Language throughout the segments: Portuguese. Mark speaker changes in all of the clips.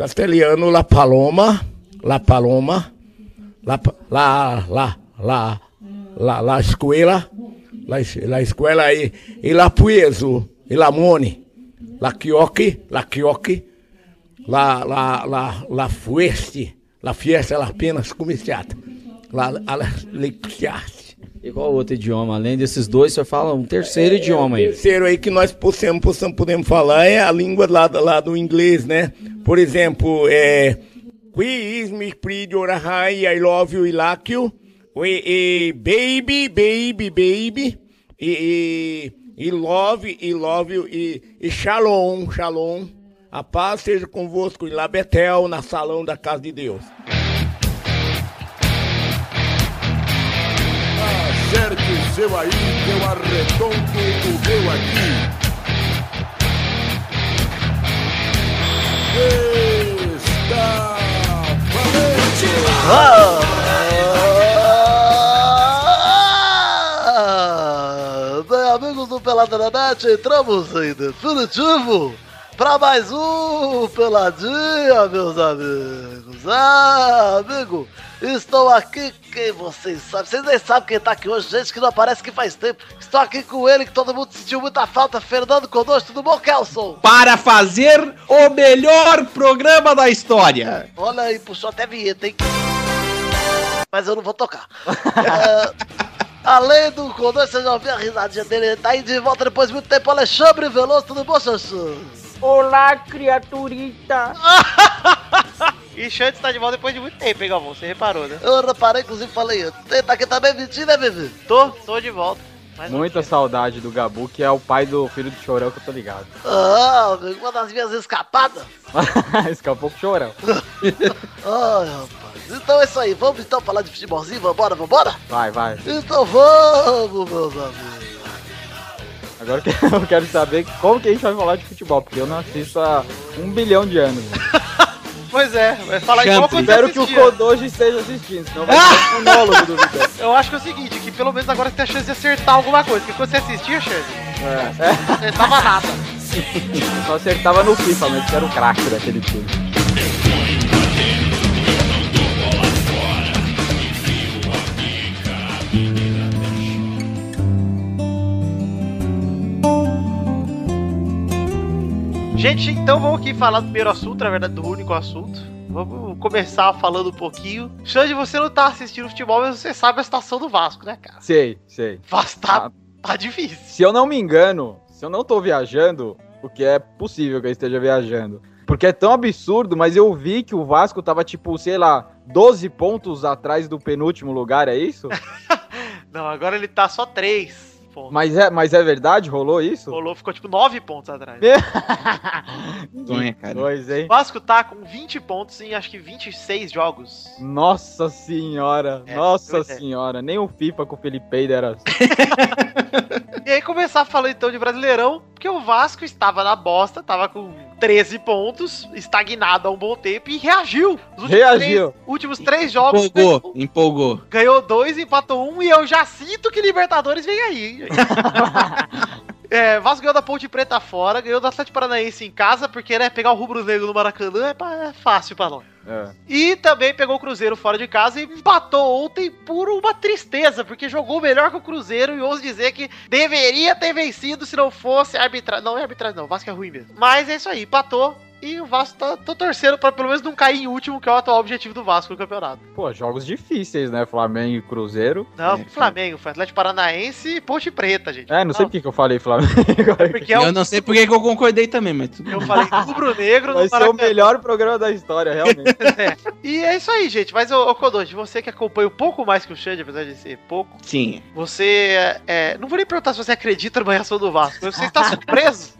Speaker 1: Castelhano, La Paloma, La Paloma, La, Pa- la, la, la, la, la Escuela, La, Es- la Escuela e, e La Pueso, e La Mone, La Quioque, La Quioque, La, la, la, la Fueste, La Fiesta, La Penas Comiciata, La, la Lexiate.
Speaker 2: E qual outro idioma? Além desses dois, você fala um
Speaker 3: É,
Speaker 2: terceiro idioma aí.
Speaker 1: terceiro aí que nós possamos, possamos- podemos falar é a língua lá, da- lá do inglês, né? Por exemplo, é. We is me pretty or high, I love you, I like you. We, e, baby, baby, baby. E, e, e love, e love you, e, e shalom, shalom. A paz seja convosco em Labetel, na salão da casa de Deus.
Speaker 4: Acerte o seu aí, que eu arredondo o meu aqui. Está valente!
Speaker 5: Ah! Bem, amigos do Pelada na Net, entramos em definitivo para mais um Peladinha, meus amigos. Ah, amigo, estou aqui, quem vocês sabem, vocês nem sabem quem tá aqui hoje, gente que não aparece que faz tempo. Estou aqui com ele, que todo mundo sentiu muita falta, Fernando Conosco, tudo bom, Kelson?
Speaker 3: para fazer o melhor programa da história.
Speaker 5: Olha aí, puxou até vinheta, hein? Mas eu não vou tocar. É, além do Condor, você já ouviu a risadinha dele? Ele Tá aí de volta depois de muito tempo, Alexandre Veloso, tudo bom, Xanxu?
Speaker 6: Olá, criaturita!
Speaker 7: E Xantes tá de volta depois de muito tempo, hein, Galvão? Você reparou, né?
Speaker 5: Eu reparei, inclusive falei antes. Você tá aqui também, Vitinho, né, Vivi?
Speaker 7: Tô, tô de volta. Mas
Speaker 8: Muita saudade do Gabu, que é o pai do filho do Chorão, que eu tô ligado.
Speaker 5: Ah, amigo, uma das minhas escapadas.
Speaker 8: Escapou com o Chorão.
Speaker 5: Ai, rapaz. Então é isso aí, vamos então falar de futebolzinho, vambora, vambora?
Speaker 8: Vai, vai.
Speaker 5: Então vamos, meus amigos.
Speaker 8: Agora que eu quero saber como que a gente vai falar de futebol, porque eu não assisto há um bilhão de anos.
Speaker 7: Pois é, vai falar igual
Speaker 3: Xantes,
Speaker 7: quando eu
Speaker 8: Espero que o
Speaker 7: assistia.
Speaker 8: Kodoji esteja assistindo, senão vai ser um monólogo do Vitor.
Speaker 7: Eu acho que é o seguinte, que pelo menos agora você tem a chance de acertar alguma coisa. Porque quando você assistia, Xantes,
Speaker 8: É,
Speaker 7: você tava nada.
Speaker 8: eu só acertava no FIFA, mas que era o craque daquele time.
Speaker 7: Gente, então vamos aqui falar do primeiro assunto, na verdade, do único assunto. Vamos começar falando um pouquinho. Xande, você não tá assistindo futebol, mas você sabe a situação do Vasco, né, cara?
Speaker 8: Sei, sei.
Speaker 7: Vasco tá,
Speaker 8: Ah.
Speaker 7: tá difícil.
Speaker 8: Se eu não me engano, se eu não tô viajando, o que é possível que eu esteja viajando. Porque é tão absurdo, mas eu vi que o Vasco tava, tipo, sei lá, 12 pontos atrás do penúltimo lugar, é isso?
Speaker 7: Não, agora ele tá só três pontos.
Speaker 8: Mas é, mas é verdade? Rolou isso?
Speaker 7: Rolou, ficou tipo nove pontos atrás.
Speaker 3: Vergonha, cara.
Speaker 8: Dois, hein?
Speaker 7: O Vasco tá com 20 pontos em acho que 26 jogos.
Speaker 8: Nossa senhora,
Speaker 7: É,
Speaker 8: nossa
Speaker 7: dois, é.
Speaker 8: senhora. Nem o FIFA com o Felipe Eida era assim.
Speaker 7: E aí começar falando então de Brasileirão, porque o Vasco estava na bosta, estava com 13 pontos, estagnado há um bom tempo e reagiu. Os últimos
Speaker 8: Reagiu.
Speaker 7: Três, últimos três jogos
Speaker 3: Empolgou, empolgou.
Speaker 7: ganhou dois, empatou um e eu já sinto que Libertadores vem aí. hein, gente? É, Vasco ganhou da Ponte Preta fora, ganhou do Atlético Paranaense em casa, porque né, pegar o Rubro Negro no Maracanã é, pa- é fácil pra nós.
Speaker 8: É.
Speaker 7: E também pegou o Cruzeiro fora de casa e empatou ontem por uma tristeza, porque jogou melhor que o Cruzeiro e ouso dizer que deveria ter vencido se não fosse arbitragem. Não é arbitragem, não. O Vasco é ruim mesmo. Mas é isso aí, empatou. E o Vasco tá tô torcendo pra pelo menos não cair em último, que é o atual objetivo do Vasco no campeonato.
Speaker 8: Pô, jogos difíceis, né? Flamengo e Cruzeiro.
Speaker 7: Não,
Speaker 3: É,
Speaker 7: Flamengo, foi Atlético Paranaense e Ponte Preta, gente.
Speaker 8: É, não sei por que que eu falei Flamengo.
Speaker 7: porque é
Speaker 3: Eu
Speaker 7: o,
Speaker 3: não sei porque que eu concordei também, mas tudo
Speaker 7: eu falei rubro negro
Speaker 8: Vai
Speaker 7: no
Speaker 8: ser um- o
Speaker 7: Maracanã.
Speaker 8: melhor programa da história, realmente.
Speaker 7: E é isso aí, gente. Mas, ô, ô Kodoji, você que acompanha um pouco mais que o Xande, apesar de ser pouco,
Speaker 3: Sim.
Speaker 7: Você. é, não vou nem perguntar se você acredita numa reação do Vasco, mas você está surpreso?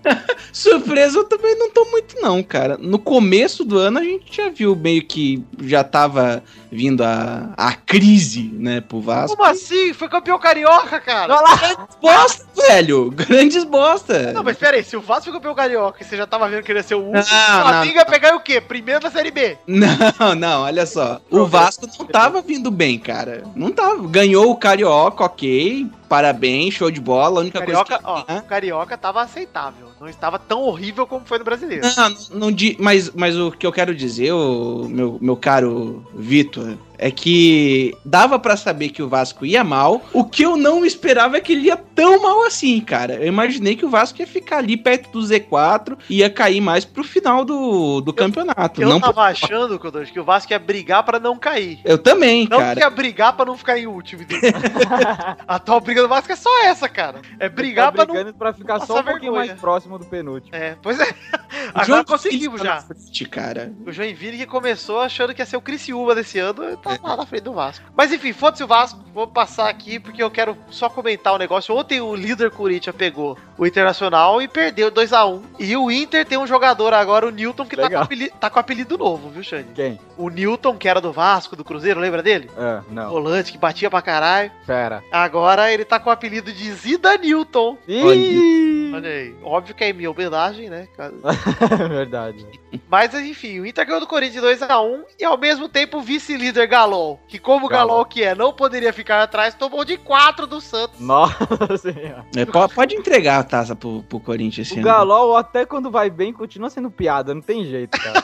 Speaker 3: Surpresa eu também não tô muito não, cara. No começo do ano a gente já viu meio que já tava vindo a, a crise, né, pro Vasco.
Speaker 7: Como assim? Foi campeão carioca, cara? Não,
Speaker 3: Bosta, velho! Grandes bosta!
Speaker 7: mas pera aí, se o Vasco foi campeão carioca e você já tava vendo que ele ia ser o último,
Speaker 3: É. Não,
Speaker 7: a
Speaker 3: não,
Speaker 7: briga ia pegar o quê? Primeiro da Série B.
Speaker 3: Não, não, olha só. O Vasco não tava vindo bem, cara. Não tava. Ganhou o Carioca, ok. Parabéns, show de bola. A única coisa
Speaker 7: Carioca,
Speaker 3: Então, que...
Speaker 7: ó, o Carioca tava aceitável. Não estava tão horrível como foi no brasileiro.
Speaker 3: Não, não di- mas, mas o que eu quero dizer, ô, meu, meu caro Vitor, é que dava pra saber que o Vasco ia mal. O que eu não esperava é que ele ia tão mal assim, cara. Eu imaginei que o Vasco ia ficar ali perto do Z4 e ia cair mais pro final do, do campeonato.
Speaker 7: Eu
Speaker 3: não,
Speaker 7: tava achando, Kodoshi, que o Vasco ia brigar pra não cair.
Speaker 3: eu também,
Speaker 7: Não
Speaker 3: cara.
Speaker 7: que ia brigar pra não ficar em último. entendeu? a atual briga do Vasco é só essa, cara. É brigar
Speaker 8: tá
Speaker 7: pra não.
Speaker 8: brigando pra ficar
Speaker 7: não
Speaker 8: só um
Speaker 7: passar
Speaker 8: pouquinho
Speaker 7: vergonha.
Speaker 8: mais próximo do penúltimo.
Speaker 7: É, pois é.
Speaker 3: O
Speaker 7: Agora conseguimos
Speaker 3: tá na
Speaker 7: já.
Speaker 3: frente, cara.
Speaker 7: O Joinville que começou achando que ia ser o Criciúma desse ano, tá lá na frente do Vasco. Mas enfim, foda-se o Vasco, vou passar aqui porque eu quero só comentar um negócio. Ontem o líder Corinthians pegou o Internacional e perdeu 2x1. E o Inter tem um jogador agora, o Newton, que tá com,
Speaker 8: Legal.
Speaker 7: apelido, tá com apelido novo, viu, Xande?
Speaker 8: Quem?
Speaker 7: O Newton, que era do Vasco, do Cruzeiro, lembra dele?
Speaker 8: Ah, não.
Speaker 7: Volante que batia pra caralho.
Speaker 8: Pera.
Speaker 7: Agora ele tá com o apelido de Zida Newton.
Speaker 8: Ih!
Speaker 7: Olha aí. Óbvio que é em minha homenagem, né?
Speaker 8: Verdade.
Speaker 7: Mas enfim, o Inter ganhou do Corinthians 2x1 e ao mesmo tempo o vice-líder Galol, que como o
Speaker 8: Galol.
Speaker 7: Galol que é, não poderia ficar atrás, tomou de 4 do
Speaker 8: Hum.
Speaker 7: Santos.
Speaker 8: Nossa senhora.
Speaker 3: É, po- pode entregar a taça pro, pro Corinthians esse
Speaker 8: O
Speaker 3: ano.
Speaker 8: Galol, até quando vai bem, continua sendo piada. Não tem jeito, cara.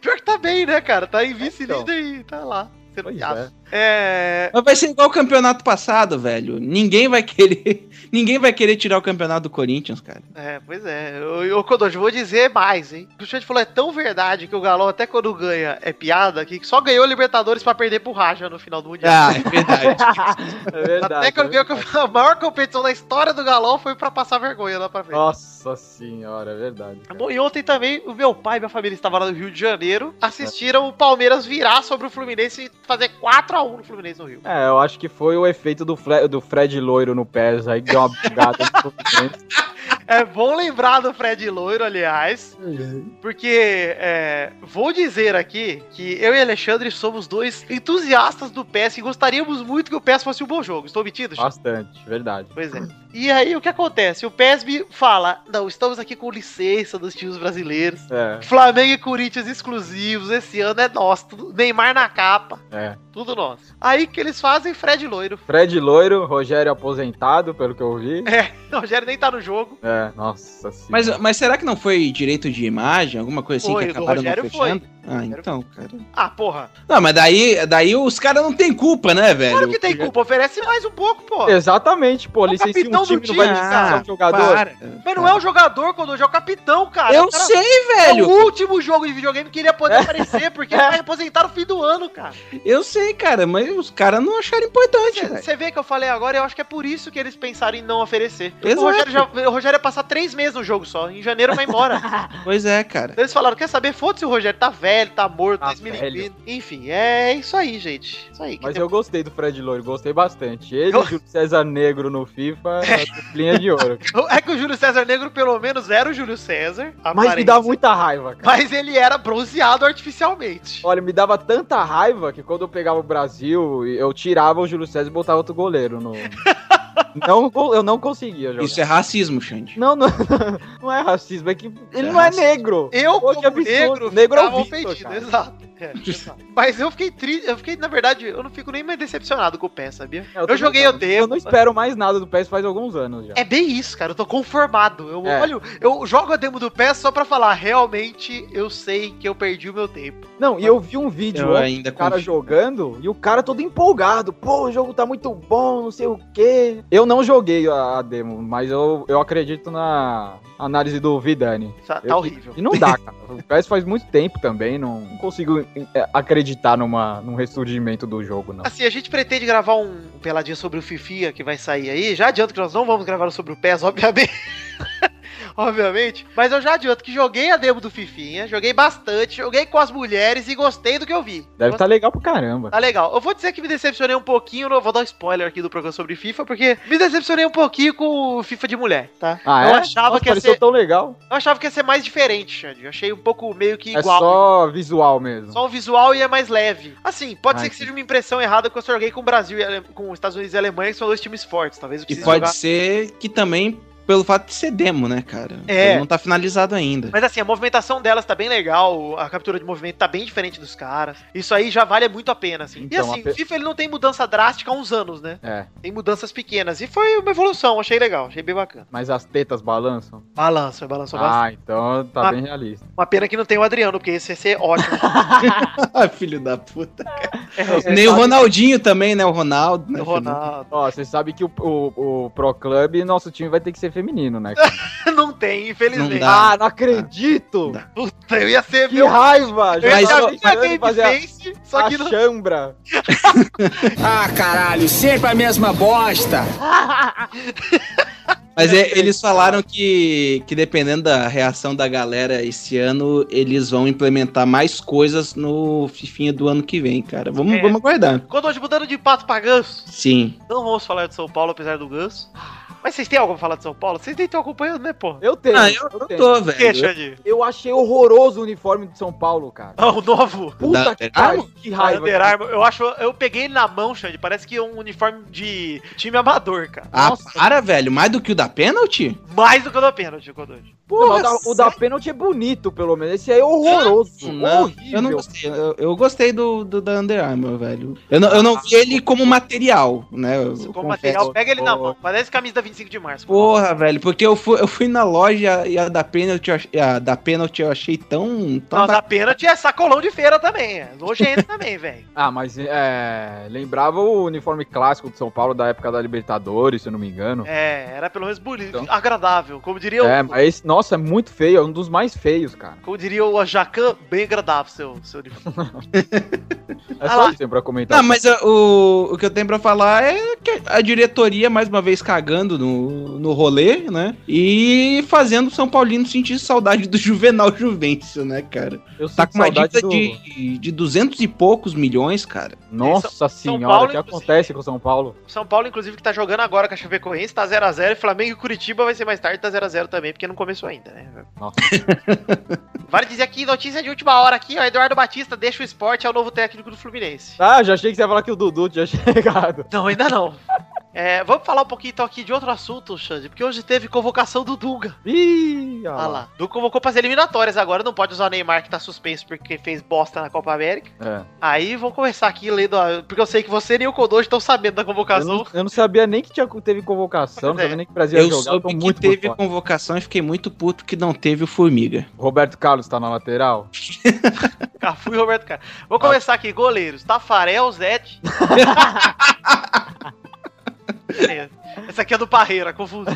Speaker 7: Pior que tá bem, né, cara? Tá em vice-líder e tá lá. Sendo
Speaker 8: Então. Pois
Speaker 7: piada.
Speaker 8: é.
Speaker 7: É.
Speaker 3: Mas vai ser igual o campeonato passado, velho. Ninguém vai querer, ninguém vai querer tirar o campeonato do Corinthians, cara.
Speaker 7: É, pois é. Eu, eu, Kodoji, vou dizer mais, hein? O que o Xande falou é tão verdade que o Galol, até quando ganha, é piada, que só ganhou Libertadores pra perder pro Raja no final do Mundial.
Speaker 3: Ah, é verdade.
Speaker 8: É verdade.
Speaker 7: até quando
Speaker 8: é
Speaker 7: ganhou
Speaker 8: verdade.
Speaker 7: a maior competição da história do Galol foi pra passar vergonha lá pra frente.
Speaker 8: Nossa senhora, é verdade. cara.
Speaker 7: Bom, e ontem também o meu pai e minha família estavam lá no Rio de Janeiro, assistiram o Palmeiras virar sobre o Fluminense e fazer 4x1 no Fluminense no Rio.
Speaker 8: É, eu acho que foi o efeito do, Fle- do Fred Loiro no Pérez aí, que deu uma bugada.
Speaker 7: É bom lembrar do Fred Loiro, aliás, porque é, vou dizer aqui que eu e Alexandre somos dois entusiastas do PES e gostaríamos muito que o PES fosse um bom jogo. Estou mentindo,
Speaker 8: Ah.
Speaker 7: Chico?
Speaker 8: Bastante, verdade.
Speaker 7: Pois é. E aí o que acontece? O PES me fala, não, estamos aqui com licença dos times brasileiros.
Speaker 8: É,
Speaker 7: Flamengo e Corinthians exclusivos, esse ano é nosso. tudo- Neymar na capa.
Speaker 8: é.
Speaker 7: Tudo nosso. Aí que eles fazem Fred Loiro.
Speaker 8: Fred Loiro, Rogério aposentado, pelo que eu vi.
Speaker 7: O Rogério nem tá no jogo.
Speaker 8: É, nossa senhora.
Speaker 3: mas, mas será que não foi direito de imagem, alguma coisa assim
Speaker 7: Foi,
Speaker 3: que
Speaker 7: do
Speaker 3: acabaram não
Speaker 7: Rogério foi.
Speaker 3: fechando? Ah, então, cara.
Speaker 7: Ah, porra.
Speaker 3: Não, mas daí, daí os caras não têm culpa, né, velho?
Speaker 7: Claro que tem culpa. Oferece mais um pouco, pô.
Speaker 8: Exatamente, pô. Licencia
Speaker 7: capitão
Speaker 8: um time,
Speaker 7: do
Speaker 8: não vai
Speaker 7: time,
Speaker 8: licenciar
Speaker 3: cara.
Speaker 8: um jogador.
Speaker 3: Para.
Speaker 7: Mas não é o jogador, quando é o capitão, cara.
Speaker 3: Eu
Speaker 7: O cara-
Speaker 3: sei,
Speaker 7: É o
Speaker 3: velho.
Speaker 7: último jogo de videogame que ele ia poder aparecer, porque ele vai aposentar no fim do ano, cara.
Speaker 3: Eu sei, cara, mas os caras não acharam importante, velho.
Speaker 7: Você vê que eu falei agora, eu acho que é por isso que eles pensaram em não oferecer.
Speaker 3: Exato.
Speaker 7: O, Rogério já- o Rogério ia passar três meses no jogo só. Em janeiro vai embora.
Speaker 3: Pois é, cara.
Speaker 7: Eles falaram, quer saber? Foda-se o Rogério, tá velho, tá morto, tá
Speaker 8: Tá
Speaker 7: Enfim, é isso aí, gente. Isso aí. que
Speaker 8: Mas
Speaker 7: tem-
Speaker 8: eu gostei do Fred Loiro, gostei bastante. Ele e o Júlio César Negro no FIFA, é linha de ouro.
Speaker 7: É que o Júlio César Negro, pelo menos, era o Júlio César.
Speaker 8: Mas me
Speaker 7: aparência.
Speaker 8: dá muita raiva, cara.
Speaker 7: Mas ele era bronzeado artificialmente.
Speaker 8: Olha, me dava tanta raiva que quando eu pegava o Brasil, eu tirava o Júlio César e botava outro goleiro no. não, co- eu não conseguia jogar.
Speaker 3: Isso é racismo, Xande.
Speaker 8: Não, não, não é racismo, é que ele
Speaker 3: é
Speaker 8: não é
Speaker 3: racismo.
Speaker 8: negro.
Speaker 7: Eu,
Speaker 8: Pô, que
Speaker 7: como
Speaker 8: absurdo.
Speaker 7: negro,
Speaker 8: Negro é o
Speaker 7: ficava
Speaker 8: Victor,
Speaker 7: ofendido,
Speaker 8: cara.
Speaker 7: exato. É, exato. Mas eu fiquei triste, eu fiquei, na verdade, eu não fico nem mais decepcionado com o PES, sabia?
Speaker 8: É,
Speaker 7: eu
Speaker 8: tô
Speaker 7: joguei o
Speaker 8: brincando.
Speaker 7: tempo.
Speaker 8: Eu não espero mais nada do PES faz alguns anos já.
Speaker 7: É bem isso, cara, eu tô conformado. Eu
Speaker 8: É.
Speaker 7: olho, eu jogo a demo do PES só pra falar, realmente eu sei que eu perdi o meu tempo.
Speaker 8: Não, e eu vi um vídeo
Speaker 3: Eu
Speaker 8: ontem
Speaker 3: ainda
Speaker 8: do cara
Speaker 3: confio.
Speaker 8: jogando e o cara todo empolgado. Pô, o jogo tá muito bom, não sei o quê. Eu não joguei a, a demo, mas eu, eu acredito na análise do Vidani.
Speaker 7: Tá, tá
Speaker 8: Eu-
Speaker 7: horrível.
Speaker 8: E não dá, cara. O PES faz muito tempo também, não consigo é, acreditar numa, num ressurgimento do jogo, não.
Speaker 7: Assim, a gente pretende gravar um peladinho sobre o Fifinha que vai sair aí. Já adianto que nós não vamos gravar sobre o PES, obviamente. obviamente. Mas eu já adianto que joguei a demo do Fifinha, joguei bastante, joguei com as mulheres e gostei do que eu vi.
Speaker 8: Deve estar tá legal pra caramba.
Speaker 7: Tá legal. Eu vou dizer que me decepcionei um pouquinho, não vou dar spoiler aqui do programa sobre FIFA, porque me decepcionei um pouquinho com o FIFA de mulher, tá?
Speaker 8: Ah,
Speaker 7: eu
Speaker 8: é?
Speaker 7: achava
Speaker 8: Nossa,
Speaker 7: que ia
Speaker 8: pareceu
Speaker 7: ser,
Speaker 8: tão legal.
Speaker 7: eu achava que ia ser mais diferente, Xande. Eu achei um pouco meio que
Speaker 8: É
Speaker 7: igual.
Speaker 8: só visual mesmo.
Speaker 7: Só o visual e é mais leve. Assim, pode
Speaker 8: Ah,
Speaker 7: ser que
Speaker 8: entendi.
Speaker 7: seja uma impressão errada que eu joguei com o Brasil, e Ale- com os Estados Unidos e a Alemanha, que são dois times fortes. Talvez eu
Speaker 3: E
Speaker 7: precise
Speaker 3: pode
Speaker 7: jogar.
Speaker 3: ser que também, pelo fato de ser demo, né, cara?
Speaker 7: É.
Speaker 3: Ele Não tá finalizado ainda.
Speaker 7: Mas assim, a movimentação delas tá bem legal, a captura de movimento tá bem diferente dos caras. Isso aí já vale muito a pena, assim.
Speaker 8: Então,
Speaker 7: e assim,
Speaker 8: a pe-
Speaker 7: FIFA ele não tem mudança drástica há uns anos, né?
Speaker 8: É,
Speaker 7: Tem mudanças pequenas. E foi uma evolução, achei legal, achei bem bacana.
Speaker 8: mas as tetas balançam?
Speaker 7: Balança, balança bastante.
Speaker 8: ah, então tá
Speaker 7: Ah.
Speaker 8: bem realista.
Speaker 7: Uma pena que não tem o Adriano, porque esse ia ser ótimo.
Speaker 3: Filho da puta.
Speaker 7: É,
Speaker 3: Nem o Ronaldinho também, né? O Ronaldo. né,
Speaker 7: o
Speaker 3: filho?
Speaker 7: Ronaldo.
Speaker 8: Ó, você sabe que o, o, o Pro Club, nosso time vai ter que ser feminino, né? cara?
Speaker 7: Não tem, infelizmente.
Speaker 3: Não dá.
Speaker 8: ah, não acredito!
Speaker 3: Não dá.
Speaker 7: Puta, eu ia ser.
Speaker 8: Que raiva!
Speaker 7: Ah, eu ia
Speaker 8: Já
Speaker 7: ser
Speaker 8: tava
Speaker 7: a minha
Speaker 8: esperando fazer a,
Speaker 7: babyface, só que
Speaker 8: a
Speaker 7: não.
Speaker 8: chambra.
Speaker 9: Ah, caralho, sempre a mesma bosta.
Speaker 3: Mas é, eles falaram que, que dependendo da reação da galera esse ano, eles vão implementar mais coisas no Fifinha do ano que vem, cara. Vamos,
Speaker 7: É.
Speaker 3: vamos aguardar.
Speaker 7: Quando hoje mudando de pato pra ganso,
Speaker 3: Sim.
Speaker 7: não vamos falar de São Paulo, apesar do ganso. Mas vocês têm algo pra falar de São Paulo? Vocês nem estão acompanhando, né, porra?
Speaker 8: Eu tenho.
Speaker 3: Ah, eu,
Speaker 8: eu
Speaker 3: eu
Speaker 8: tenho.
Speaker 3: tô, velho.
Speaker 7: Queixa de.
Speaker 8: Eu achei horroroso o uniforme do São Paulo, cara.
Speaker 7: Ah, o novo.
Speaker 8: Puta
Speaker 3: Da-
Speaker 8: que
Speaker 3: Ah,
Speaker 8: pariu, que raiva.
Speaker 7: Under Armour, eu acho, eu peguei ele na mão, Xande, parece que é um uniforme de time amador, cara.
Speaker 3: Ah,
Speaker 8: Nossa.
Speaker 3: para, velho. Mais do que o da pênalti?
Speaker 7: Mais do que o da pênalti, Kodoji.
Speaker 8: Não, mas o da- o da pênalti é bonito, pelo menos. Esse aí é horroroso.
Speaker 3: Não,
Speaker 8: horrível.
Speaker 3: eu não gostei. Eu, eu gostei do, do da Under Armour, velho. Eu não, eu não vi ele como material, né? Eu
Speaker 7: Como
Speaker 3: confesso.
Speaker 7: material, pega ele na
Speaker 8: Ô,
Speaker 7: mão. Parece camisa da 25 de março.
Speaker 3: Porra, velho, porque eu fui, eu fui na loja e a da pênalti, eu ach- a da pênalti eu achei tão. tão
Speaker 7: Não,
Speaker 3: ba-
Speaker 7: da pênalti é sacolão de feira também. É nojento também, velho.
Speaker 8: Ah, mas é. Lembrava o uniforme clássico do São Paulo da época da Libertadores, se eu não me engano.
Speaker 7: É, era pelo menos bonito,
Speaker 8: Então.
Speaker 7: agradável. Como diria,
Speaker 8: É,
Speaker 7: o,
Speaker 8: mas esse, nossa, é muito feio, é um dos mais feios, cara.
Speaker 7: como diria o Jacan, bem agradável seu, seu uniforme.
Speaker 8: É
Speaker 7: Ah lá.
Speaker 8: só isso que tem pra comentar.
Speaker 3: Não, mas a- o, o que eu tenho pra falar é que a diretoria, mais uma vez, cagando no, no rolê, né? E fazendo o São Paulino sentir saudade do Juvenal Juvencio, né, cara?
Speaker 8: eu
Speaker 3: Tá
Speaker 8: sinto
Speaker 3: com uma
Speaker 8: saudade
Speaker 3: dívida
Speaker 8: do-
Speaker 3: de, de 200 e poucos milhões, cara.
Speaker 8: Nossa
Speaker 7: São
Speaker 8: senhora,
Speaker 7: Paulo,
Speaker 8: o que
Speaker 7: inclusive.
Speaker 8: acontece com o São Paulo?
Speaker 7: São Paulo, inclusive, que tá jogando agora com a Chapecoense, tá 0x0. E Flamengo e Curitiba vai ser mais tarde, tá 0x0 também, porque não começou ainda, né?
Speaker 8: Nossa.
Speaker 7: vale dizer aqui, notícia de última hora aqui, ó. Eduardo Batista deixa o esporte, é o novo técnico do Fluminense.
Speaker 8: Ah, já achei que você ia falar que o Dudu tinha chegado.
Speaker 7: Não, ainda não. É, vamos falar um pouquinho então aqui de outro assunto, Xande, porque hoje teve convocação do Dunga.
Speaker 8: Ih,
Speaker 7: Ah lá. Dunga convocou pras eliminatórias agora, não pode usar o Neymar que tá suspenso porque fez bosta na Copa América.
Speaker 8: É.
Speaker 7: Aí vou começar aqui lendo, a- porque eu sei que você e o Kodoji estão sabendo da
Speaker 8: Eu,
Speaker 7: convocação.
Speaker 8: não, eu não sabia nem que tinha, teve convocação, não
Speaker 7: Pois é.
Speaker 8: sabia nem que o Brasil ia
Speaker 3: Eu
Speaker 8: jogar. tô
Speaker 3: soube que
Speaker 8: muito por
Speaker 3: teve
Speaker 8: fora.
Speaker 3: convocação e fiquei muito puto que não teve o Formiga.
Speaker 8: Roberto Carlos tá na lateral?
Speaker 7: Cafu e Ah, Roberto Carlos. Vou começar aqui, goleiros. Tafarel, Zete. É, Essa aqui é do Parreira, confuso.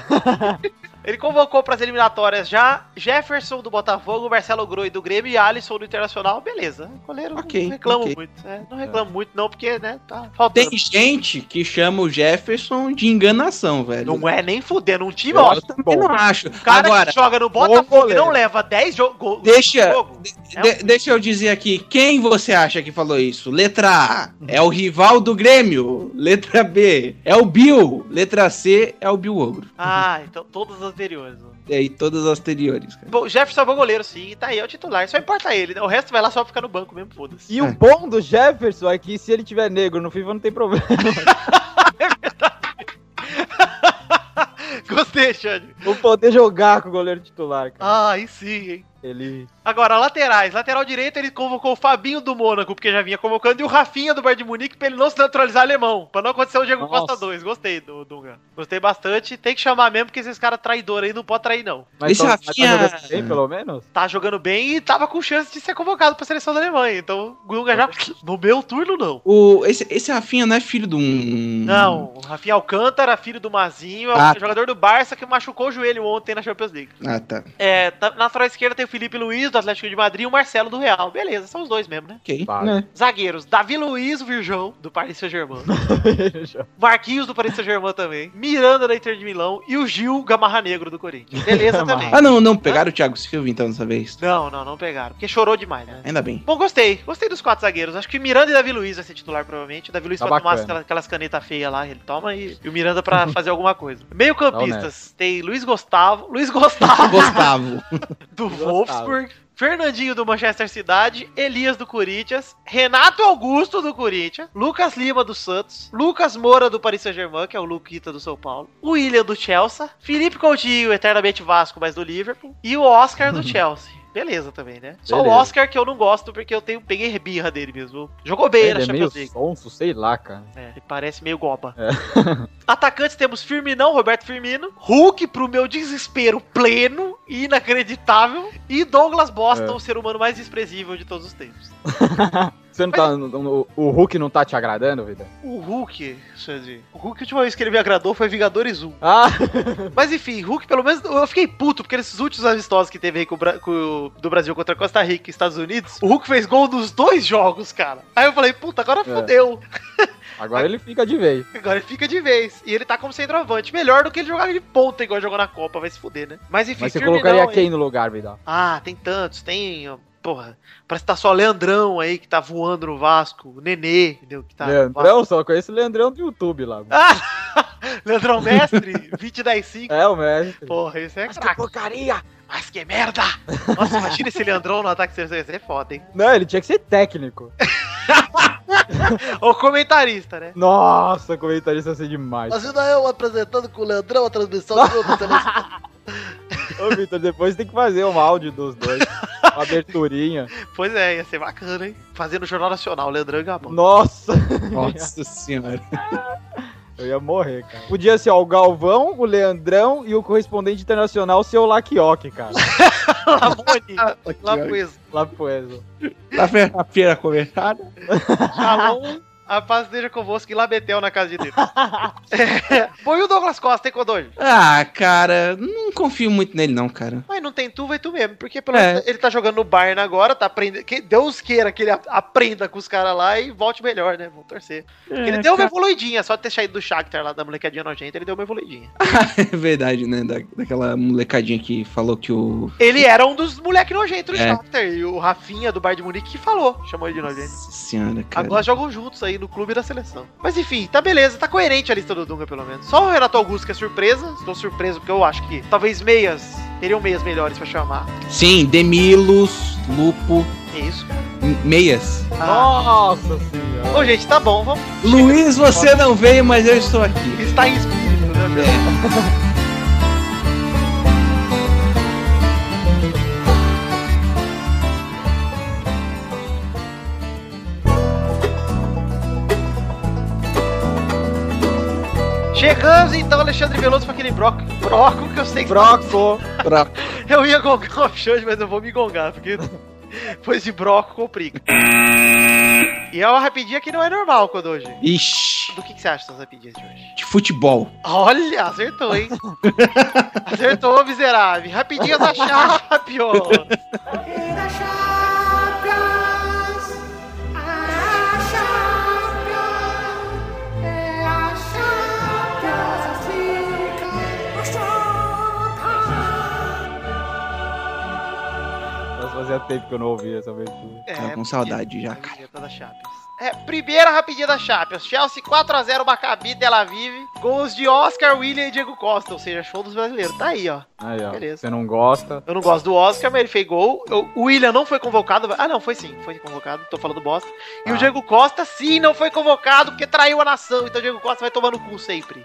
Speaker 7: Ele convocou para as eliminatórias já Jefferson do Botafogo, Marcelo Groi do Grêmio e Alisson do Internacional. Beleza, goleiro
Speaker 3: Ok,
Speaker 7: não reclamo
Speaker 3: ok.
Speaker 7: muito. né? não reclamo muito não, porque né, tá faltando.
Speaker 3: Tem gente que chama o Jefferson de enganação, velho.
Speaker 7: Não é nem fudendo um time,
Speaker 8: Eu
Speaker 7: ó.
Speaker 8: acho
Speaker 7: O
Speaker 3: Eu
Speaker 8: bom.
Speaker 3: não acho.
Speaker 7: cara
Speaker 3: Agora,
Speaker 7: que joga no Botafogo e
Speaker 8: goleiro.
Speaker 7: não leva 10 jo- go-
Speaker 3: Deixa-
Speaker 7: jogo. É um-
Speaker 3: de- deixa eu dizer aqui, quem você acha que falou isso? Letra A, é o rival do Grêmio. Letra B, é o Bill. Letra C, é o Bill Ogro. É,
Speaker 7: Ah, então todas as anteriores. ó.
Speaker 3: E aí, todas as anteriores, cara.
Speaker 7: Bom, o Jefferson é bom goleiro, sim, tá aí, é o titular. Só importa ele, né? O resto vai lá só ficar no banco mesmo, foda-se.
Speaker 8: E o bom do Jefferson é que se ele tiver negro no FIFA não tem problema.
Speaker 7: Gostei, Xande.
Speaker 8: Vou poder jogar com o goleiro titular, cara.
Speaker 7: Ah, aí sim, hein?
Speaker 8: Ele.
Speaker 7: Agora, laterais. Lateral direito, ele convocou o Fabinho do Mônaco, porque já vinha convocando, e o Rafinha do Bayern de Munique, pra ele não se naturalizar alemão. Pra não acontecer o Diego
Speaker 8: Nossa.
Speaker 7: Costa 2. Gostei do Dunga. Gostei bastante. Tem que chamar mesmo, porque esses caras traidores aí não pode trair, não.
Speaker 8: Mas
Speaker 3: Esse
Speaker 8: tá,
Speaker 3: Rafinha-
Speaker 8: mas tá jogando bem, pelo menos?
Speaker 7: Tá jogando bem e tava com chance de ser convocado pra seleção da Alemanha. Então, o Dunga já... No meu turno, não.
Speaker 3: O, esse, esse Rafinha não é filho de um.
Speaker 7: Não, o Rafinha Alcântara, filho do Mazinho, é o
Speaker 3: Ah.
Speaker 7: jogador do Barça que machucou o joelho ontem na Champions League.
Speaker 3: Ah, tá.
Speaker 7: É, tá- na lateral esquerda tem o Felipe Luiz, do Atlético de Madrid, e o Marcelo do Real. Beleza, são os dois mesmo, né?
Speaker 3: Ok.
Speaker 8: Vale.
Speaker 3: né?
Speaker 7: Zagueiros, Davi Luiz, o Virgão, do Paris Saint-Germain. Marquinhos, do Paris Saint-Germain também. Miranda, da Inter de Milão. E o Gil, Gamarra Negro, do Corinthians. Beleza também.
Speaker 3: Ah, não, não. Pegaram o Thiago Silva então dessa vez.
Speaker 7: Não, não, não pegaram, porque chorou demais, né?
Speaker 3: Ainda bem.
Speaker 7: Bom, gostei. Gostei dos quatro zagueiros. Acho que Miranda e Davi Luiz vai ser titular, provavelmente. O Davi Luiz
Speaker 8: Tá
Speaker 7: pra tomar
Speaker 8: bacana.
Speaker 7: aquelas- aquelas canetas feias lá, ele toma. E, e o Miranda pra fazer alguma coisa. Meio
Speaker 8: Tá
Speaker 7: campistas. Tem Luiz Gustavo. Luiz Gustavo
Speaker 3: Gustavo.
Speaker 7: do
Speaker 8: Gustavo.
Speaker 7: Wolfsburg. Fernandinho do Manchester Cidade, Elias do Corinthians, Renato Augusto do Corinthians, Lucas Lima do Santos, Lucas Moura do Paris Saint-Germain, que é o Luquita do São Paulo, o William do Chelsea, Felipe Coutinho, eternamente Vasco, mas do Liverpool, e o Oscar do Chelsea. Beleza também, né? Só o
Speaker 8: Beleza.
Speaker 7: Oscar que eu não gosto porque eu tenho peguei birra dele mesmo. Jogou bem
Speaker 8: Ele
Speaker 7: na
Speaker 8: é meio
Speaker 7: Champions League.
Speaker 8: sonso, sei lá, cara.
Speaker 7: É, ele parece meio goba. Atacantes temos Firminão, Roberto Firmino, Hulk, pro meu desespero pleno e inacreditável, e Douglas Boston,
Speaker 8: É.
Speaker 7: o ser humano mais desprezível de todos os tempos.
Speaker 8: Você não tá. no- no- o Hulk não tá te agradando, vida?
Speaker 7: O Hulk, Sandy, o Hulk, a última vez que ele me agradou foi Vingadores 1.
Speaker 8: Ah!
Speaker 7: Mas enfim, Hulk, pelo menos eu fiquei puto, porque nesses últimos amistosos que teve aí com o Bra- com o- do Brasil contra Costa Rica e Estados Unidos, o Hulk fez gol nos dois jogos, cara. Aí eu falei, puta, agora fodeu.
Speaker 8: Agora ele fica de vez.
Speaker 7: Agora ele fica de vez. E ele tá como centroavante. Melhor do que ele jogar de ponta igual jogou na Copa, vai se fuder, né? Mas enfim,
Speaker 8: Mas você
Speaker 7: Firminão
Speaker 8: colocaria
Speaker 7: aí.
Speaker 8: quem no lugar, vida?
Speaker 7: Ah, tem tantos, tem. ó, Porra, parece que tá só Leandrão aí que tá voando no Vasco, o Nenê, entendeu? Que tá
Speaker 8: Leandrão, só conheço o Leandrão do YouTube lá.
Speaker 7: Ah! Leandrão Mestre, 20 das 5.
Speaker 8: É o mestre.
Speaker 7: Porra, isso é craque.
Speaker 8: porcaria!
Speaker 7: Mas que merda! Nossa, imagina esse Leandrão no ataque seleção, isso é foda, hein?
Speaker 8: Não, ele tinha que ser técnico.
Speaker 7: Ou comentarista, né?
Speaker 8: Nossa, comentarista assim demais.
Speaker 5: Imagina eu apresentando com o Leandrão a transmissão do jogo do Seleção.
Speaker 8: Ô, Vitor, depois tem que fazer um áudio dos dois. Uma aberturinha.
Speaker 7: Pois é, ia ser bacana, hein? Fazendo o Jornal Nacional, Leandrão e Gabão.
Speaker 8: Nossa,
Speaker 3: Nossa senhora.
Speaker 8: eu ia morrer, cara. Podia ser ó, o Galvão, o Leandrão e o correspondente internacional ser o Lakioque, cara.
Speaker 7: Lamoni, Lapuesa,
Speaker 8: Lá pro Enzo.
Speaker 3: Tá feira conversada?
Speaker 7: Shalom, a paz esteja convosco e Labetel na casa de Deus. É. Põe o Douglas Costa, hein, Codonho?
Speaker 3: Ah, cara, não confio muito nele, não, cara.
Speaker 7: Mas não tem tu, vai tu mesmo. Porque pelo
Speaker 3: É.
Speaker 7: menos ele tá jogando no Bayern agora, tá aprendendo. Que Deus queira que ele a- aprenda com os caras lá e volte melhor, né? Vamos torcer.
Speaker 3: É,
Speaker 7: ele deu uma evoluidinha, só de ter saído do Shakhtar lá da molecadinha nojenta, ele deu uma evoluidinha.
Speaker 3: É verdade, né? Da, daquela molecadinha que falou que o.
Speaker 7: Ele era um dos moleque nojento do
Speaker 3: É.
Speaker 7: Shakhtar e o Rafinha do Bayern de Munique que falou, chamou ele de nojento.
Speaker 3: Nossa senhora, cara.
Speaker 7: Agora jogam juntos aí no clube e da seleção. Mas enfim, tá beleza, tá coerente a lista do Dunga, pelo menos. Só o Renato Augusto que é surpresa. Estou surpreso porque eu acho que talvez meias teriam meias melhores pra chamar.
Speaker 3: Sim, Demilos, Lupo,
Speaker 7: É isso, cara.
Speaker 3: M- Meias.
Speaker 7: Ah.
Speaker 8: Nossa senhora.
Speaker 7: Ô, gente, tá bom, vamos.
Speaker 3: Luiz, você não veio, mas eu estou aqui.
Speaker 7: Está em espírito, né, meu?
Speaker 8: É.
Speaker 7: Chegamos então, Alexandre Veloso, para aquele broco. Broco que eu sei que
Speaker 8: Broco.
Speaker 7: eu ia gongar o Xande, mas eu vou me gongar, porque depois de broco complica. E é uma rapidinha que não é normal quando hoje.
Speaker 3: Ixi,
Speaker 7: Do que, que você acha dessas rapidinhas de hoje?
Speaker 3: de futebol.
Speaker 7: Olha, acertou, hein? acertou, miserável. Rapidinho da Chape, ó.
Speaker 8: Nossa, fazia tempo que eu não ouvia essa abertura.
Speaker 3: Tava com saudade já, cara.
Speaker 7: Rapidinha É, da Chape. É, primeira rapidinha da Chape. Chelsea 4x0, Maccabi, Tel Vive. Gols de Oscar, William e Diego Costa, ou seja, show dos brasileiros. Tá aí, ó.
Speaker 8: Aí, ó.
Speaker 7: Beleza.
Speaker 8: Você não gosta.
Speaker 7: Eu não gosto do Oscar, mas ele fez gol. Eu- o William não foi convocado. Ah, não, foi sim. Foi convocado. Tô falando bosta. E o
Speaker 8: Ah.
Speaker 7: Diego Costa, sim, não foi convocado porque traiu a nação. Então o Diego Costa vai tomar no cu sempre.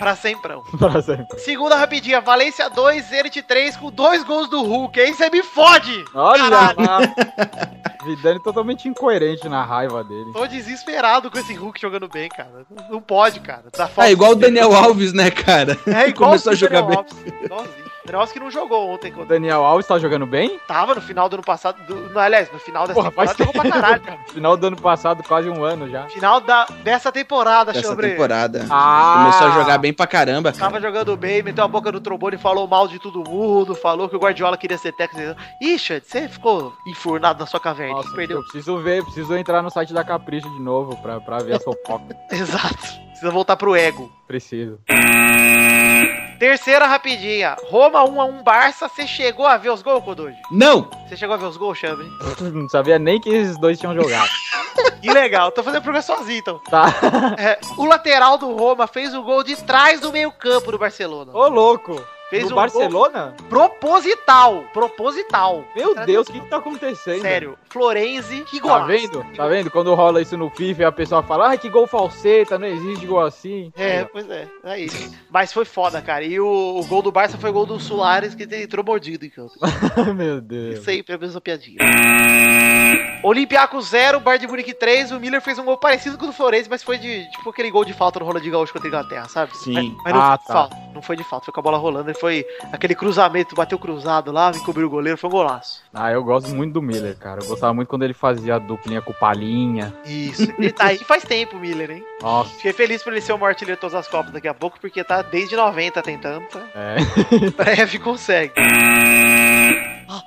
Speaker 7: Pra semprão.
Speaker 8: Pra sempre.
Speaker 7: Segunda rapidinha. Valência 2, Zenit 3 com dois gols do Hulk. Aí você me fode.
Speaker 8: Olha
Speaker 7: Caralho.
Speaker 8: lá. Vidani totalmente incoerente na raiva dele.
Speaker 7: Tô desesperado com esse Hulk jogando bem, cara. Não- Não pode, cara. Dá falta
Speaker 3: Ah, igual o
Speaker 7: de-
Speaker 3: Daniel Alves, né, cara?
Speaker 7: É, igual
Speaker 3: Começou a jogar bem.
Speaker 7: bem. Igualzinho. Daniel Alves que não jogou ontem
Speaker 8: O
Speaker 7: quando
Speaker 8: Daniel Alves tá jogando bem?
Speaker 7: tava no final do ano passado. do- no- aliás, no final dessa
Speaker 8: Porra, faz
Speaker 7: temporada jogou pra caralho, cara.
Speaker 8: Final do ano passado, quase um ano já.
Speaker 7: Final da, dessa temporada,
Speaker 3: Dessa
Speaker 7: Chambre.
Speaker 3: temporada.
Speaker 8: Ah.
Speaker 3: Começou a jogar bem pra caramba.
Speaker 7: Tava jogando bem, meteu a boca no trombone, falou mal de todo mundo, falou que o Guardiola queria ser técnico. Ih, Xande, você ficou enfurnado na sua caverna,
Speaker 8: Nossa,
Speaker 7: perdeu.
Speaker 8: eu preciso ver, preciso entrar no site da Capricho de novo pra, pra ver a fofoca.
Speaker 7: Exato. Precisa voltar pro ego.
Speaker 8: Preciso.
Speaker 7: Terceira rapidinha. Roma 1x1 Barça, você chegou a ver os gols, Kodoji?
Speaker 3: Não!
Speaker 7: Você chegou a ver os gols, Chambre?
Speaker 8: Não sabia nem que esses dois tinham jogado.
Speaker 7: Que legal, tô fazendo programa sozinho, então.
Speaker 8: Tá?
Speaker 7: É, o lateral do Roma fez o gol de trás do meio campo do Barcelona.
Speaker 8: Ô, louco!
Speaker 7: Fez
Speaker 8: no
Speaker 7: um gol
Speaker 8: Barcelona?
Speaker 7: proposital. Proposital.
Speaker 8: Meu
Speaker 7: Cara,
Speaker 8: Deus, o que, que tá acontecendo?
Speaker 7: Sério. Florenzi, que
Speaker 8: Tá
Speaker 7: golaço.
Speaker 8: vendo? Tá vendo? Quando rola isso no FIFA e a pessoa fala, ai, que gol falseta, não existe gol assim.
Speaker 7: É, pois é, é isso. Mas foi foda, cara. E o, o gol do Barça foi gol do Soares, que entrou mordido em campo.
Speaker 8: Meu Deus.
Speaker 7: Sempre a mesma é piadinha. Olympiacos 0, Bayern de Munique 3. O Miller fez um gol parecido com o do Florenzi, mas foi de tipo aquele gol de falta no Ronaldinho Gaúcho contra a Inglaterra, sabe?
Speaker 3: Sim.
Speaker 7: Mas, mas não,
Speaker 8: Ah,
Speaker 7: foi de
Speaker 8: tá.
Speaker 7: falta, não foi de falta, foi com a bola rolando. Ele foi aquele cruzamento, bateu cruzado lá, encobriu o goleiro, foi um golaço.
Speaker 8: Ah, eu gosto muito do Miller, cara. Eu gostava muito quando ele fazia a duplinha com o Palinha.
Speaker 7: Isso. Ele tá aí faz tempo, o Miller, hein?
Speaker 8: Nossa,
Speaker 7: Fiquei feliz por ele ser o maior artilheiro de todas as Copas daqui a pouco, porque tá desde 90 tentando, tá?
Speaker 8: é.
Speaker 7: breve consegue. Ah,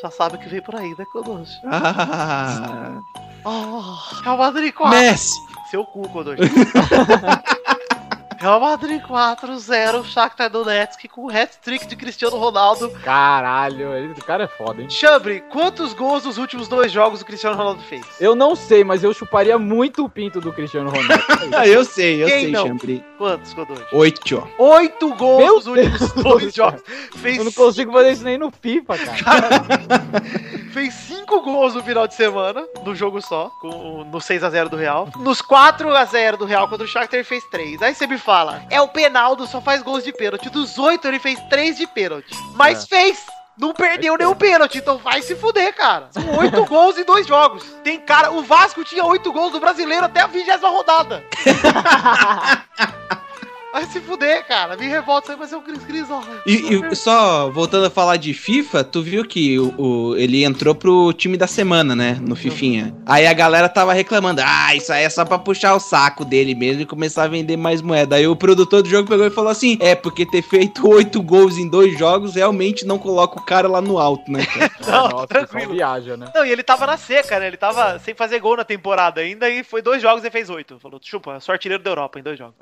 Speaker 7: Já sabe o que veio por aí, né, Kodoshi?
Speaker 3: Ah,
Speaker 7: Oh, Real Madrid 4.
Speaker 3: Messi!
Speaker 7: Seu cu, Kodoshi. Real Madrid 4-0, Shakhtar Donetsk com o hat-trick de Cristiano Ronaldo.
Speaker 8: Caralho, ele- o cara é foda, hein?
Speaker 7: Chambre, quantos gols nos últimos dois jogos o Cristiano Ronaldo fez?
Speaker 8: Eu não sei, mas eu chuparia muito o pinto do Cristiano Ronaldo.
Speaker 3: Ah, eu sei, eu
Speaker 7: Quem
Speaker 3: sei,
Speaker 7: não?
Speaker 3: Chambri.
Speaker 7: Quantos, Kodoshi?
Speaker 3: Oito.
Speaker 7: Oito gols
Speaker 8: Meu
Speaker 7: nos últimos dois jogos. Fez,
Speaker 8: eu não consigo fazer isso nem no FIFA, cara.
Speaker 7: fez cinco gols no final de semana, no jogo só, com, no 6x0 do Real. Nos 4x0 do Real contra o Shakhtar, ele fez três. Aí você me fala, é o Penaldo, só faz gols de pênalti. Dos oito, ele fez três de pênalti.
Speaker 3: É.
Speaker 7: Mas fez! Não perdeu nenhum pênalti, então vai se fuder, cara. São oito gols em dois jogos. Tem cara, o Vasco tinha oito gols do brasileiro até a vigésima rodada. Vai se fuder, cara. Me revolta, vai ser um cris-cris, ó.
Speaker 3: E, e só voltando a falar de FIFA, tu viu que o, o- ele entrou pro time da semana, né? No Fifinha. Aí a galera tava reclamando: ah, isso aí é só pra puxar o saco dele mesmo e começar a vender mais moeda. Aí o produtor do jogo pegou e falou assim: é, porque ter feito oito gols em dois jogos realmente não coloca o cara lá no alto, né? cara?"
Speaker 7: Não,
Speaker 8: Nossa,
Speaker 7: tranquilo.
Speaker 8: só viaja, né?
Speaker 7: Não, e ele tava na seca, né? Ele tava sem fazer gol na temporada ainda e foi dois jogos e fez oito. Falou, chupa, sou artilheiro da Europa em dois jogos.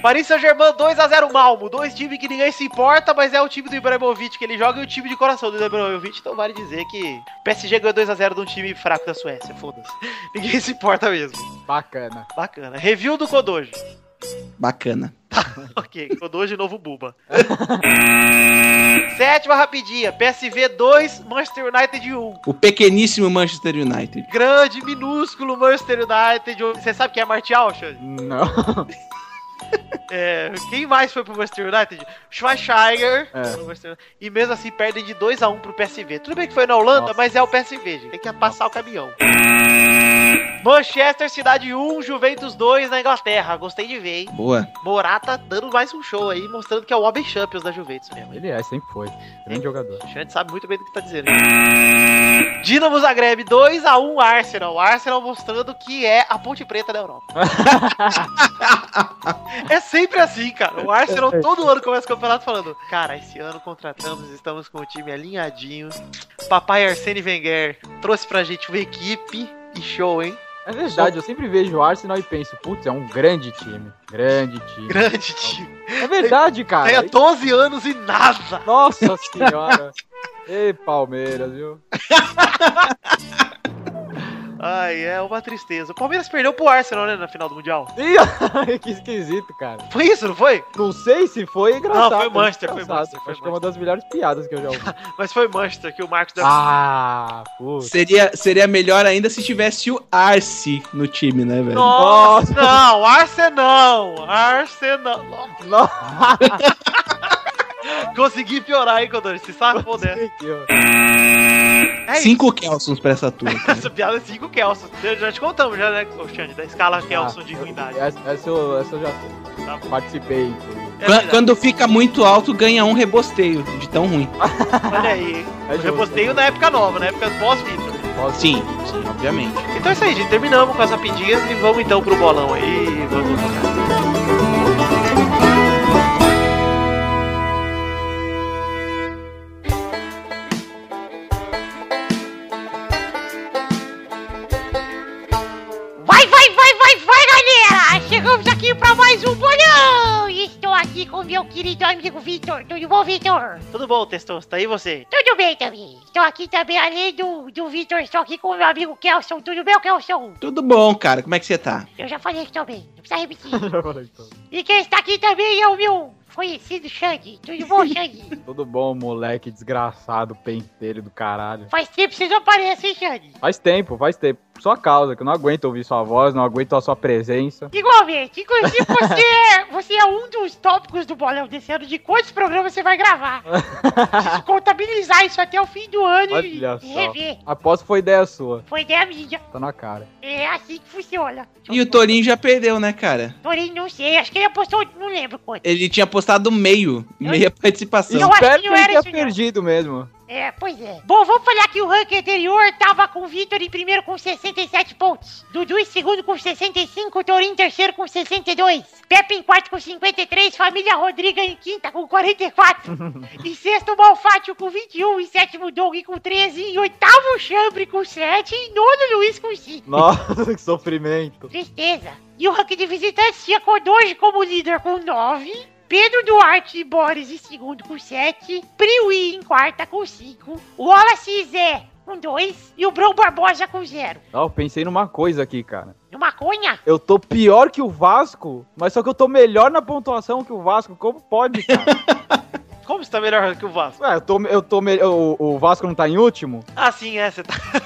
Speaker 7: Paris Saint-Germain 2x0 Malmo. Dois times que ninguém se importa, mas é o time do Ibrahimovic que ele joga e o time de coração do Ibrahimovic. Então vale dizer que PSG ganhou 2x0 de um time fraco da Suécia. Foda-se. Ninguém se importa mesmo.
Speaker 8: Bacana.
Speaker 7: Bacana. Review do Kodoji.
Speaker 3: Bacana.
Speaker 7: Ok, Kodoji de novo Buba. Sétima rapidinha. PSV 2, Manchester United 1.
Speaker 3: O pequeníssimo Manchester United.
Speaker 7: grande, minúsculo Manchester United. Você sabe quem é Martial, Xande?
Speaker 8: Não.
Speaker 7: É, quem mais foi pro Manchester United? Schweinsteiger.
Speaker 8: É.
Speaker 7: pro Manchester United. E mesmo assim perdem de 2x1 pro PSV. Tudo bem que foi na Holanda,
Speaker 8: Nossa.
Speaker 7: mas é o PSV, gente. Tem que passar o caminhão. Manchester Cidade 1, Juventus 2 na Inglaterra. Gostei de ver, hein?
Speaker 3: Boa.
Speaker 7: Morata dando mais um show aí, mostrando que é o Homem Champions da Juventus mesmo.
Speaker 8: Ele é, sempre foi. Grande jogador.
Speaker 7: O Xande sabe muito bem do que tá dizendo. Dinamo Zagreb 2x1 Arsenal. Arsenal mostrando que é a ponte preta da Europa. é sempre assim, cara. O Arsenal todo ano começa o campeonato falando: Cara, esse ano contratamos, estamos com o time alinhadinho. Papai Arsene Wenger trouxe pra gente uma equipe. E show, hein?
Speaker 8: É verdade, eu sempre vejo o Arsenal e penso, putz, é um grande time. Grande time.
Speaker 7: Grande time.
Speaker 8: É
Speaker 7: Tem
Speaker 8: verdade,
Speaker 7: há
Speaker 8: cara.
Speaker 7: 12 anos e nada.
Speaker 8: Nossa senhora. Ei, Palmeiras, viu?
Speaker 7: Ai, é uma tristeza. O Palmeiras perdeu pro Arsenal, né, na final do Mundial.
Speaker 8: Ih, que esquisito, cara.
Speaker 7: Foi isso, não foi?
Speaker 8: Não sei se foi engraçado.
Speaker 7: Não, foi Manchester, foi
Speaker 8: engraçado.
Speaker 7: Manchester, foi
Speaker 8: Acho que é uma das melhores piadas que eu já ouvi.
Speaker 7: Mas foi Manchester que o Marcos da
Speaker 8: ah, putz.
Speaker 3: Seria, seria melhor ainda se tivesse o Arce no time, né, velho?
Speaker 7: Nossa,
Speaker 8: Nossa.
Speaker 7: não, Arsenal, Arsenal.
Speaker 8: Nossa,
Speaker 7: Consegui piorar, hein, Codoro? Se safou dessa.
Speaker 8: que eu-
Speaker 7: É
Speaker 3: Cinco Kelsons pra essa turma.
Speaker 7: isso. Essa piada é 5 Kelson. Já- Já te contamos, já, né, ô, Xande, da escala Kelson é de
Speaker 8: Ah,
Speaker 7: ruindade.
Speaker 8: Essa, essa eu, essa eu já sei.
Speaker 7: Tá bom.
Speaker 8: participei. inclusive.
Speaker 7: É
Speaker 3: Quan-
Speaker 7: verdade.
Speaker 3: Quando fica muito alto, ganha um rebosteio de tão ruim.
Speaker 7: Olha aí.
Speaker 8: É
Speaker 7: Eu
Speaker 8: justo,
Speaker 7: reposteio na época nova, na época pós-Vitor.
Speaker 8: Posso-
Speaker 3: Sim, sim, obviamente.
Speaker 7: Então é isso aí, gente. Terminamos com as rapidinhas e vamos então pro bolão aí. Vamos tocar.
Speaker 10: Vai, vai, vai, vai, vai, galera! Chegamos Chegamos aqui pra mais um bolão! E Estou aqui com meu querido amigo Vitor. Tudo bom, Vitor?
Speaker 7: Tudo bom, Testoso? Tá aí você?
Speaker 10: Tudo bem também. Estou aqui também, além do, do Vitor, estou aqui com meu amigo Kelson. Tudo bem, Kelson?
Speaker 3: Tudo bom, cara. Como é que você tá?
Speaker 10: Eu já falei que estou bem. Não precisa repetir.
Speaker 8: então?
Speaker 10: e quem está aqui também é o meu conhecido Shang. Tudo bom, Shang?
Speaker 8: Tudo bom, moleque desgraçado, pentelho do caralho.
Speaker 10: Faz tempo que você não aparece, hein, Shang?
Speaker 8: Faz tempo, faz tempo. Por sua causa, que eu não aguento ouvir sua voz, não aguento a sua presença.
Speaker 10: Igualmente. Inclusive, você, é- você é um dos tópicos do bolão desse ano de quantos programas você vai gravar. Preciso contabilizar isso até o fim do ano e,
Speaker 8: Olha
Speaker 10: e
Speaker 8: só.
Speaker 10: rever.
Speaker 8: Aposto que foi ideia sua.
Speaker 10: Foi ideia minha.
Speaker 8: Tá na cara.
Speaker 10: É assim que funciona.
Speaker 3: E o Torinho já perdeu, né, cara?
Speaker 10: Porém, não sei. Acho que ele apostou, não lembro quanto.
Speaker 3: Ele tinha postado meio, meia participação.
Speaker 10: Eu acho que
Speaker 8: Espero que
Speaker 10: não
Speaker 8: ele
Speaker 10: era
Speaker 8: tenha
Speaker 10: isso, não.
Speaker 8: perdido mesmo.
Speaker 10: É, pois é. Bom, vamos falar que o ranking anterior tava com o Vitor em primeiro com 67 pontos. Dudu em segundo com 65, Torinho em terceiro com 62. Pepe em quarto com 53, Família Rodriga em quinta com 44. em sexto, Malfátio com 21, em sétimo, Doug com 13, em oitavo, Chambre com 7 e em nono, Luiz com 5.
Speaker 8: Nossa, que sofrimento.
Speaker 10: Tristeza. E o ranking de visitantes tinha Kodoji como líder com 9. Pedro Duarte e Boris em segundo com 7. Priui em quarta com 5. Wallace e Zé com 2. E o Brão Barbosa com 0.
Speaker 8: Ó, eu pensei numa coisa aqui, cara.
Speaker 10: No maconha?
Speaker 8: Eu tô pior que o Vasco, mas só que eu tô melhor na pontuação que o Vasco. Como pode, cara?
Speaker 7: Como você tá melhor que o Vasco?
Speaker 8: Ué, eu tô, eu tô melhor. O, o Vasco não tá em último?
Speaker 7: Ah, sim, é, você tá.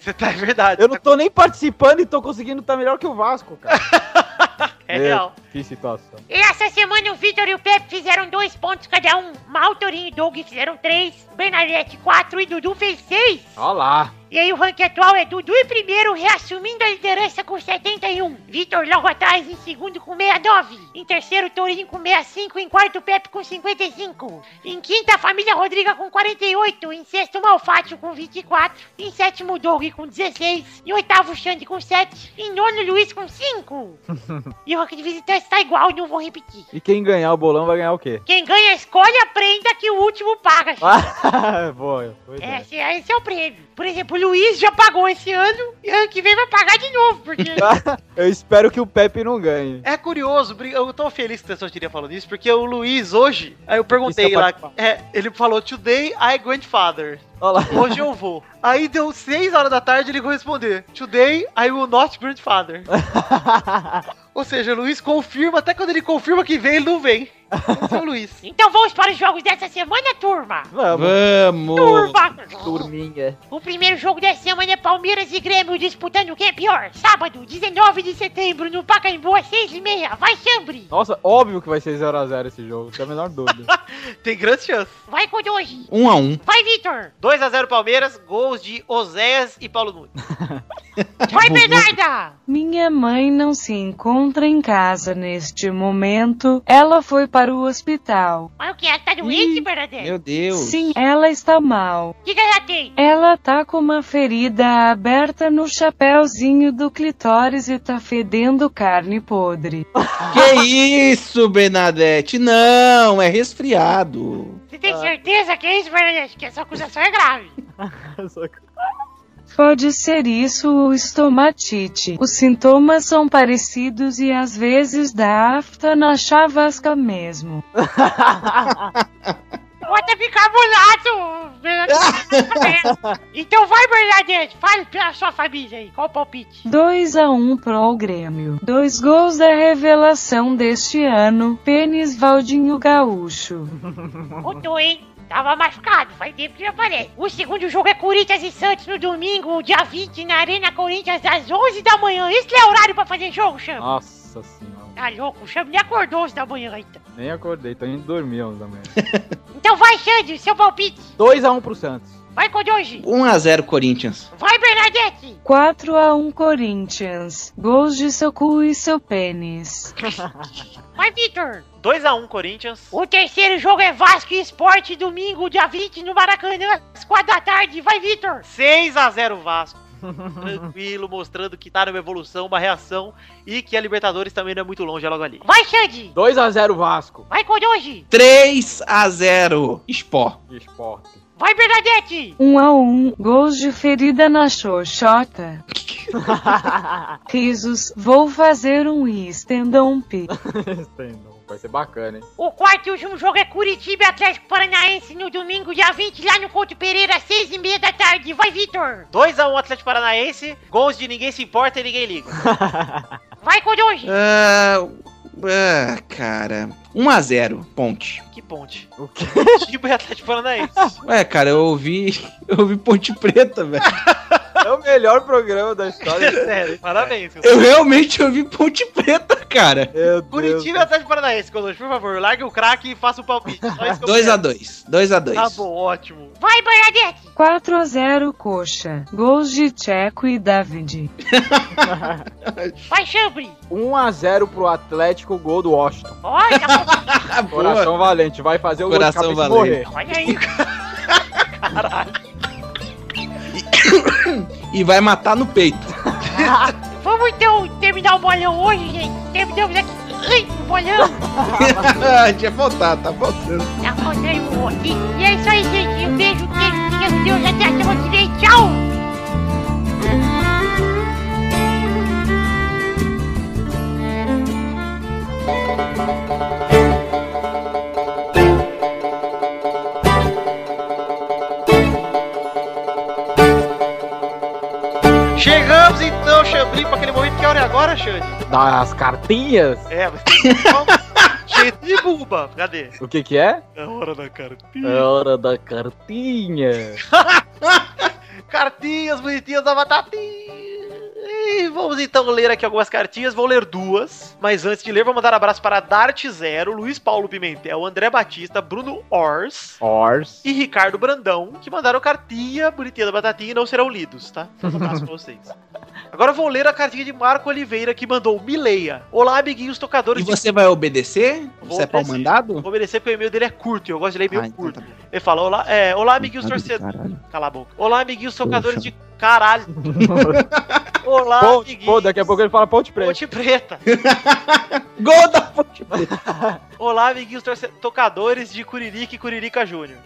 Speaker 7: Você tá, é verdade.
Speaker 8: Eu
Speaker 7: você
Speaker 8: não tô nem participando e tô conseguindo tá melhor que o Vasco, cara.
Speaker 7: tá- É
Speaker 8: Meu,
Speaker 7: real.
Speaker 8: Que situação.
Speaker 10: E essa semana o Vitor e o Pepe fizeram 2 pontos cada um. Mal, Torinho e Doug fizeram 3. Bernadette 4 e Dudu fez 6.
Speaker 8: Ó lá.
Speaker 10: E aí o ranking atual é Dudu em primeiro, reassumindo a liderança com 71. Vitor logo atrás em segundo com 69. Em terceiro, Torinho com 65. Em quarto, Pepe com 55. Em quinta, a família Rodriga com 48. Em sexto, Malfátio com 24. Em sétimo, Doug com 16. Em oitavo, Xande com 7. Em nono, Luiz com 5. e o ranking de visitantes tá igual, não vou repetir.
Speaker 8: E quem ganhar o bolão vai ganhar o quê?
Speaker 10: Quem ganha, escolhe a prenda que o último paga. gente.
Speaker 8: Ah, boa.
Speaker 10: É,
Speaker 8: boa ideia.
Speaker 10: esse, esse é o prêmio. Por exemplo, o Luiz já pagou esse ano e ano que vem vai pagar de novo, porque.
Speaker 8: Eu espero que o Pepe não ganhe.
Speaker 7: É curioso, brin- eu tô feliz que o Testoso teria falando isso, porque o Luiz hoje, aí eu perguntei
Speaker 8: Isso é
Speaker 7: lá,
Speaker 8: participar.
Speaker 7: é, ele falou, today I grandfather,
Speaker 8: Ó lá.
Speaker 7: hoje eu vou. Aí deu 6 horas da tarde ele corresponder, today I will not grandfather. Ou seja, o Luiz confirma, até quando ele confirma que vem, ele não vem. Esse é o Luiz.
Speaker 10: Então vamos para os jogos dessa semana, turma!
Speaker 8: Vamos.
Speaker 3: Vamos!
Speaker 10: Turma!
Speaker 9: Turminha.
Speaker 10: O primeiro jogo dessa semana é Palmeiras e Grêmio disputando quem é pior. Sábado, 19 de setembro, no Pacaembu, às 6h30. Vai, Chambre!
Speaker 8: Nossa, óbvio que vai ser 0x0 esse jogo, sem a menor dúvida.
Speaker 7: Tem grande chance.
Speaker 10: Vai, Kodoji!
Speaker 3: Um a um.
Speaker 10: Vai, Vitor!
Speaker 7: 2x0 Palmeiras, gols de Oséias e Paulo Nunes.
Speaker 10: Vai, Bernarda!
Speaker 11: Minha mãe não se encontra em casa neste momento. Ela foi para o hospital.
Speaker 10: Olha o que ela tá doente,
Speaker 3: Ih,
Speaker 10: Bernadette?
Speaker 3: Meu Deus.
Speaker 11: Sim, ela está mal.
Speaker 10: O que que ela tem?
Speaker 11: Ela tá com uma ferida aberta no chapéuzinho do clitóris e tá fedendo carne podre.
Speaker 3: Que isso, Bernadette? Não, é resfriado.
Speaker 10: Você tem certeza que é isso, Bernadette? Que essa acusação é grave.
Speaker 11: Pode ser isso ou estomatite. Os sintomas são parecidos e às vezes dá afta na chavasca mesmo.
Speaker 10: Bota bicarbonado, Bernadette. né? então vai, Bernadette. Fale pela sua família aí. Qual o palpite?
Speaker 11: 2 a 1 pro Grêmio. Dois gols da revelação deste ano. Pênis Valdinho Gaúcho.
Speaker 10: Contou, hein? Tava machucado, faz tempo que não aparece. O segundo jogo é Corinthians e Santos no domingo, dia 20, na Arena Corinthians, às 11 da manhã. Isso não é horário pra fazer jogo, Chama?
Speaker 8: Nossa senhora.
Speaker 10: Tá louco, o Chama nem acordou 11 da manhã ainda.
Speaker 8: Nem acordei, tô indo dormir 11 da manhã.
Speaker 10: Então vai, Xande, seu palpite.
Speaker 8: 2x1 pro Santos.
Speaker 10: Vai, Kodoji.
Speaker 3: 1 a 0 Corinthians.
Speaker 10: Vai, Bernadette.
Speaker 11: 4 a 1 Corinthians. Gols de seu cu e seu pênis.
Speaker 10: Vai, Vitor.
Speaker 7: 2x1 Corinthians.
Speaker 10: O terceiro jogo é Vasco e Esporte, domingo, dia 20, no Maracanã, às 4 da tarde. Vai, Vitor.
Speaker 7: 6x0 Vasco. Tranquilo, mostrando que tá numa evolução, uma reação e que a Libertadores também não é muito longe, é logo ali.
Speaker 10: Vai, Xande.
Speaker 8: 2x0 Vasco.
Speaker 10: Vai, Kodoji.
Speaker 3: 3 a 0 Spó.
Speaker 8: Esporte.
Speaker 10: Vai, Bernadette.
Speaker 11: 1 a 1 Gols de ferida na xoxota. Risos, vou fazer um stand-up.
Speaker 8: Vai ser bacana, hein?
Speaker 10: O quarto e último jogo é Curitiba e Atlético Paranaense no domingo, dia 20, lá no Couto Pereira, às 6 e meia da tarde. Vai, Vitor!
Speaker 7: 2x1 Atlético Paranaense, gols de ninguém se importa e ninguém liga.
Speaker 10: Vai, Coruja!
Speaker 3: Ah, ah, cara. 1x0, ponte.
Speaker 7: Que ponte. O quê? Curitiba e Atlético Paranaense.
Speaker 3: Ué, cara, eu ouvi. Eu ouvi Ponte Preta, velho.
Speaker 8: É o melhor programa da história.
Speaker 7: Sério, parabéns.
Speaker 3: Eu realmente ouvi Ponte Preta, cara.
Speaker 8: Meu Deus.
Speaker 7: Curitiba e Atlético Paranaense, Colosso, por favor, largue o craque e faça o palpite. Só isso que eu quero.
Speaker 3: 2x2. 2x2.
Speaker 7: Tá bom, ótimo.
Speaker 10: Vai, Bernadette!
Speaker 11: 4 a 0 Coxa. Gols de Tcheco e David.
Speaker 10: Vai, Chambre!
Speaker 8: 1x0 pro Atlético, gol do Washington.
Speaker 10: Olha,
Speaker 3: Ah, boa.
Speaker 8: Coração valente, vai fazer o gol de
Speaker 3: Coração
Speaker 8: cabeça e
Speaker 3: valente.
Speaker 8: morrer.
Speaker 10: olha aí.
Speaker 3: E vai matar no peito.
Speaker 10: Ah, Vamos então terminar o bolão hoje, gente. Terminamos aqui. Ai, o bolão.
Speaker 3: Ah, Tinha faltado, tá faltando.
Speaker 10: Tá faltando o E é isso aí, gente. Um beijo, queijo, fica com Deus. Até a semana que vem. Tchau.
Speaker 7: Chegamos então, Xambri, pra aquele momento que hora é agora, Xande?
Speaker 8: Das cartinhas?
Speaker 7: É, mas. Vamos. Xande e Buba, cadê?
Speaker 8: O que que é?
Speaker 7: É hora da cartinha.
Speaker 8: É hora da cartinha.
Speaker 7: Cartinhas bonitinhas da batatinha. E vamos então ler aqui algumas cartinhas. Vou ler duas. Mas antes de ler, vou mandar abraço para Dart Zero, Luiz Paulo Pimentel, André Batista, Bruno Ors
Speaker 8: Ors.
Speaker 7: e Ricardo Brandão, que mandaram cartinha bonitinha da batatinha e não serão lidos, tá? Um abraço pra vocês. Agora eu vou ler a cartinha de Marco Oliveira, que mandou Mileia. Olá, amiguinhos tocadores
Speaker 3: E
Speaker 7: de
Speaker 3: você vai obedecer? Você é pau
Speaker 7: obedecer.
Speaker 3: mandado?
Speaker 7: Vou obedecer porque o e-mail dele é curto e eu gosto de ler e-mail
Speaker 3: Ah, então
Speaker 7: curto.
Speaker 3: tá bom.
Speaker 7: Ele fala: Olá, é, olá amiguinhos torcedores.
Speaker 3: Caralho.
Speaker 7: Cala a boca. Olá, amiguinhos tocadores de caralho. Olá,
Speaker 8: Ponte,
Speaker 7: amiguinhos.
Speaker 8: pô, daqui a pouco ele fala ponte preta.
Speaker 7: Ponte Preta.
Speaker 3: Gol da Ponte Preta.
Speaker 7: Olá, amiguinhos torce- tocadores de Curirica e Curirica Júnior.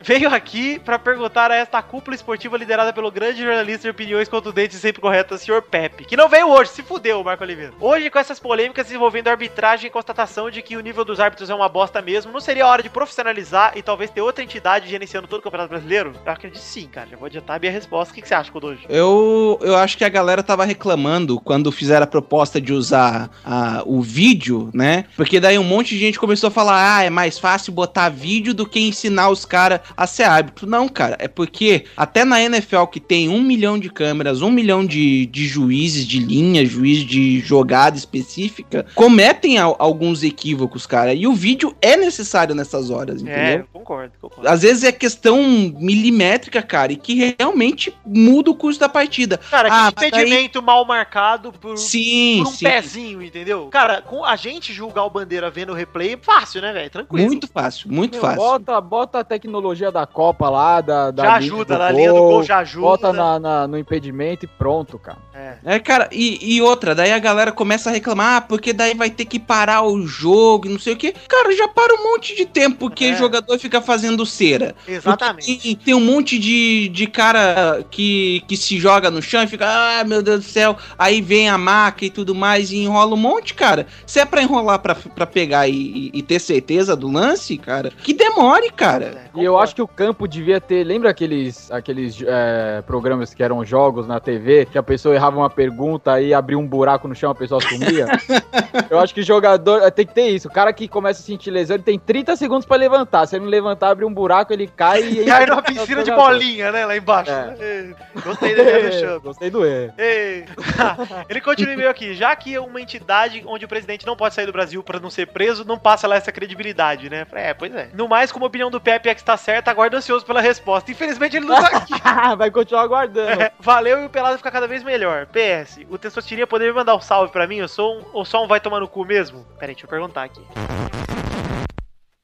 Speaker 7: Venho aqui para perguntar a esta cúpula esportiva liderada pelo grande jornalista de opiniões contundentes e sempre corretas, senhor Pepe, que não veio hoje, se fudeu, Marco Oliveira. Hoje, com essas polêmicas envolvendo arbitragem e constatação de que o nível dos árbitros é uma bosta mesmo, não seria a hora de profissionalizar e talvez ter outra entidade gerenciando todo o Campeonato Brasileiro? Eu acredito sim, cara. Já vou adiantar a minha resposta. O que que você acha, Kodoji?
Speaker 3: Eu, eu acho que a galera tava reclamando quando fizeram a proposta de usar a- o vídeo, né? Porque daí um monte de gente começou a falar: ah, é mais fácil botar vídeo do que ensinar os caras a ser árbitro. Não, cara, é porque até na NFL que tem um milhão de câmeras, um milhão de, de juízes de linha, juiz de jogada específica, cometem al- alguns equívocos, cara. E o vídeo é necessário nessas horas, entendeu?
Speaker 7: É, eu concordo, concordo.
Speaker 3: Às vezes é questão milimétrica, cara, e que realmente muda o curso da partida.
Speaker 7: Cara, que
Speaker 3: Ah, mas
Speaker 7: impedimento mal marcado por,
Speaker 3: Sim,
Speaker 7: por um
Speaker 3: sim.
Speaker 7: pezinho, entendeu? Cara, com a gente julgar o bandeira vendo o replay, fácil, né, velho? Tranquilo.
Speaker 3: Muito fácil, muito
Speaker 8: Meu,
Speaker 3: fácil.
Speaker 8: Bota, bota a tecnologia da Copa lá, da, da
Speaker 7: já
Speaker 8: linha
Speaker 7: ajuda, na linha do gol já ajuda.
Speaker 8: Bota na, na- no impedimento e pronto, cara.
Speaker 7: É.
Speaker 3: É, cara, e, e outra, daí a galera começa a reclamar, ah, porque daí vai ter que parar o jogo e não sei o quê. Cara, já para um monte de tempo que
Speaker 7: É.
Speaker 3: jogador fica fazendo cera.
Speaker 7: Exatamente.
Speaker 3: Porque Tem, tem um monte de, de cara que, que se joga no chão e fica, ah, meu Deus do céu. Aí vem a maca e tudo mais e enrola um monte, cara. Se é pra enrolar pra, pra pegar e, e- e ter certeza do lance, cara, que demore, cara.
Speaker 7: É.
Speaker 8: E eu acho que o campo devia ter. Lembra aqueles, aqueles é, programas que eram jogos na TV, que a pessoa errava uma pergunta e abria um buraco no chão, a pessoa sumia? eu acho que jogador. é, Tem que ter isso. O cara que começa a sentir lesão, ele tem 30 segundos pra levantar. Se ele não levantar, abrir um buraco, ele cai e.
Speaker 7: Cai numa piscina de bolinha, né, lá embaixo.
Speaker 8: É.
Speaker 7: Ei, Gostei da ideia do Champ.
Speaker 8: Gostei do erro.
Speaker 7: Ei. Ele continua meio aqui. Já que é uma entidade onde o presidente não pode sair do Brasil pra não ser preso, não passa lá essa credibilidade, né? É, pois é. No mais, como a opinião do Pepe é que está certa, aguardo ansioso pela resposta. Infelizmente ele não tá aqui.
Speaker 8: Vai continuar aguardando.
Speaker 7: É, Valeu e o pelado fica cada vez melhor. PS, o Testostirinha poderia mandar um salve pra mim? Eu sou um, ou só um vai tomar no cu mesmo? Peraí, deixa eu perguntar aqui.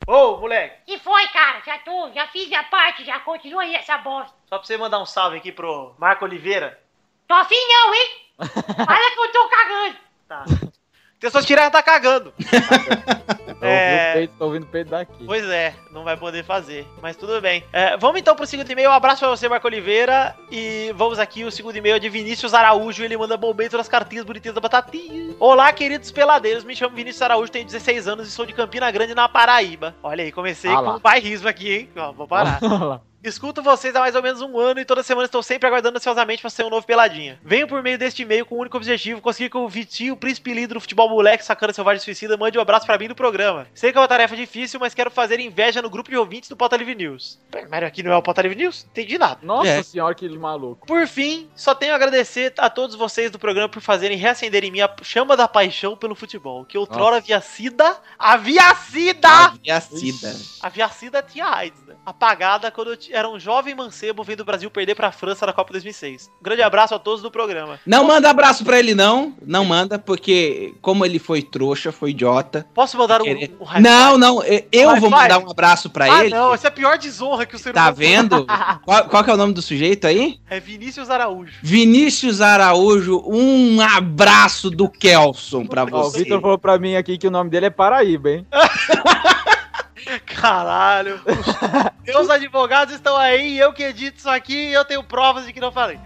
Speaker 7: Ô, moleque,
Speaker 10: Que foi, cara? Já tô, já fiz a parte, já continua aí essa bosta.
Speaker 7: só pra você mandar um salve aqui pro Marco Oliveira.
Speaker 10: assim Tô afim não, hein? Fala que eu tô cagando.
Speaker 7: Tá. Testosterona tá cagando.
Speaker 8: É... Ouvindo peito, tô ouvindo peito daqui.
Speaker 7: Pois é, não vai poder fazer, mas tudo bem. É, vamos então pro segundo e-mail. Um abraço pra você, Marco Oliveira. E vamos aqui, o segundo e-mail é de Vinícius Araújo. Ele manda bombeiro nas cartinhas bonitinhas da batatinha. Olá, queridos peladeiros. Me chamo Vinícius Araújo, tenho 16 anos e sou de Campina Grande, na Paraíba. Olha aí, comecei
Speaker 8: Ah lá.
Speaker 7: com o bairrismo aqui, hein? Ó, vou parar. Escuto vocês há mais ou menos um ano e toda semana estou sempre aguardando ansiosamente para ser um novo Peladinha. Venho por meio deste e-mail com o único objetivo, conseguir que o Vitinho, o príncipe lindo do futebol moleque, sacana selvagem e suicida, mande um abraço para mim no programa. Sei que é uma tarefa difícil, mas quero fazer inveja no grupo de ouvintes do Pauta Livre News. Pera, Mas aqui não é o Pauta Livre News? Entendi nada.
Speaker 8: Nossa
Speaker 7: É.
Speaker 8: senhora, que maluco.
Speaker 7: Por fim, só tenho a agradecer a todos vocês do programa por fazerem reacender em mim a chama da paixão pelo futebol, que outrora havia sido... Havia sido...
Speaker 3: Viacida.
Speaker 7: A Viacida tinha AIDS, né? Apagada quando eu ti- era um jovem mancebo vendo o Brasil perder pra França na Copa 2006. Um grande abraço a todos do programa.
Speaker 3: Não manda abraço pra ele, não. Não manda, porque como ele foi trouxa, foi idiota.
Speaker 7: Posso mandar um,
Speaker 3: Querer-
Speaker 7: um high
Speaker 3: Não,
Speaker 7: five?
Speaker 3: não, eu- eu
Speaker 7: High
Speaker 3: vou
Speaker 7: five?
Speaker 3: mandar um abraço pra
Speaker 7: ah,
Speaker 3: ele.
Speaker 7: não, isso é a pior desonra que o ser
Speaker 3: Tá
Speaker 7: humano-
Speaker 3: vendo? qual, qual que é o nome do sujeito aí?
Speaker 7: é Vinícius Araújo.
Speaker 3: Vinícius Araújo, um abraço do Kelson pra
Speaker 8: Ó, o
Speaker 3: você.
Speaker 8: Vitor falou pra mim aqui que o nome dele é Paraíba, hein?
Speaker 7: Caralho. Meus advogados estão aí, eu que edito isso aqui e eu tenho provas de que não falei.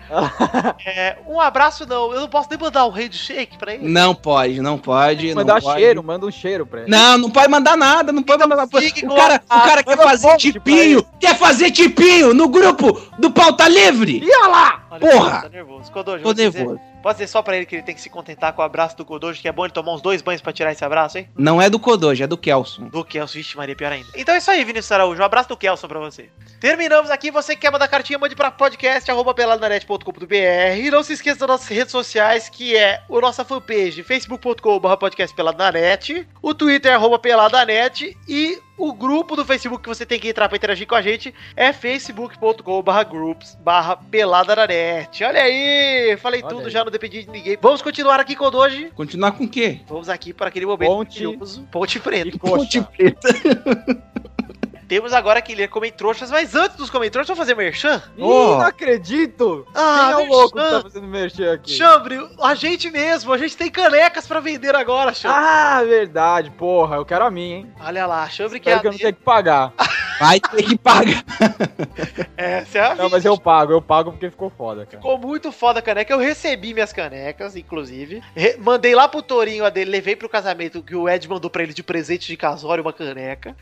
Speaker 7: É, um abraço não, eu não posso nem mandar um handshake pra ele.
Speaker 3: Não pode, não pode. Não
Speaker 8: Mandar
Speaker 3: pode.
Speaker 8: cheiro, manda um cheiro pra ele.
Speaker 3: Não, não pode mandar nada, não pode mandar.
Speaker 7: fique
Speaker 3: O
Speaker 7: com
Speaker 3: cara,
Speaker 7: a-
Speaker 3: o cara quer fazer tipinho, quer fazer tipinho no grupo do Pauta Livre.
Speaker 8: Ia lá!
Speaker 7: Olha,
Speaker 3: Porra!
Speaker 7: Tá nervoso. Kodojo,
Speaker 3: Tô
Speaker 7: vou dizer-
Speaker 3: nervoso.
Speaker 7: Pode dizer só pra ele que ele tem que se contentar com o abraço do Kodojo, que é bom ele tomar uns dois banhos pra tirar esse abraço, hein?
Speaker 3: Não é do Kodoji, é do Kelson.
Speaker 7: Do Kelson, vixe Maria, pior ainda. Então é isso aí, Vinícius Araújo. Um abraço do Kelson pra você. Terminamos aqui. Você que quer mandar cartinha, mande pra podcast, arroba peladanet.com.br. E não se esqueça das nossas redes sociais, que é o nossa fanpage, facebook.com.br podcastpeladanet, o twitter, é arroba peladanet, e o grupo do Facebook que você tem que entrar pra interagir com a gente é facebook.com.br groups barra peladanet. Olha aí! Falei
Speaker 8: Olha
Speaker 7: tudo
Speaker 8: aí.
Speaker 7: já, não dependi de ninguém. Vamos continuar aqui com o Doji.
Speaker 3: Continuar com o quê?
Speaker 7: Vamos aqui para aquele momento
Speaker 8: Ponte.
Speaker 7: maravilhoso. Ponte Preta.
Speaker 8: E coxa.
Speaker 7: Temos agora que ler Comentroxas, mas antes dos Comentroxas, vamos fazer merchan?
Speaker 8: Ih,
Speaker 3: Ó.
Speaker 8: não acredito!
Speaker 7: Ah,
Speaker 8: Quem é o louco que
Speaker 7: merchan.
Speaker 8: tá fazendo merchan aqui?
Speaker 7: Chambre, a gente mesmo, a gente tem canecas pra vender agora, Chambre.
Speaker 8: Ah, verdade, porra, eu quero a minha, hein?
Speaker 7: Olha lá, Chambre que é
Speaker 8: Espero
Speaker 7: a...
Speaker 8: que eu não tenha que pagar.
Speaker 3: Vai ter que pagar.
Speaker 7: Essa é a
Speaker 8: Não, mas eu pago, eu pago porque ficou foda, cara.
Speaker 7: Ficou muito foda a caneca. Eu recebi minhas canecas, inclusive. Re- mandei lá pro Torinho a dele, levei pro casamento que o Ed mandou pra ele de presente de casório uma caneca.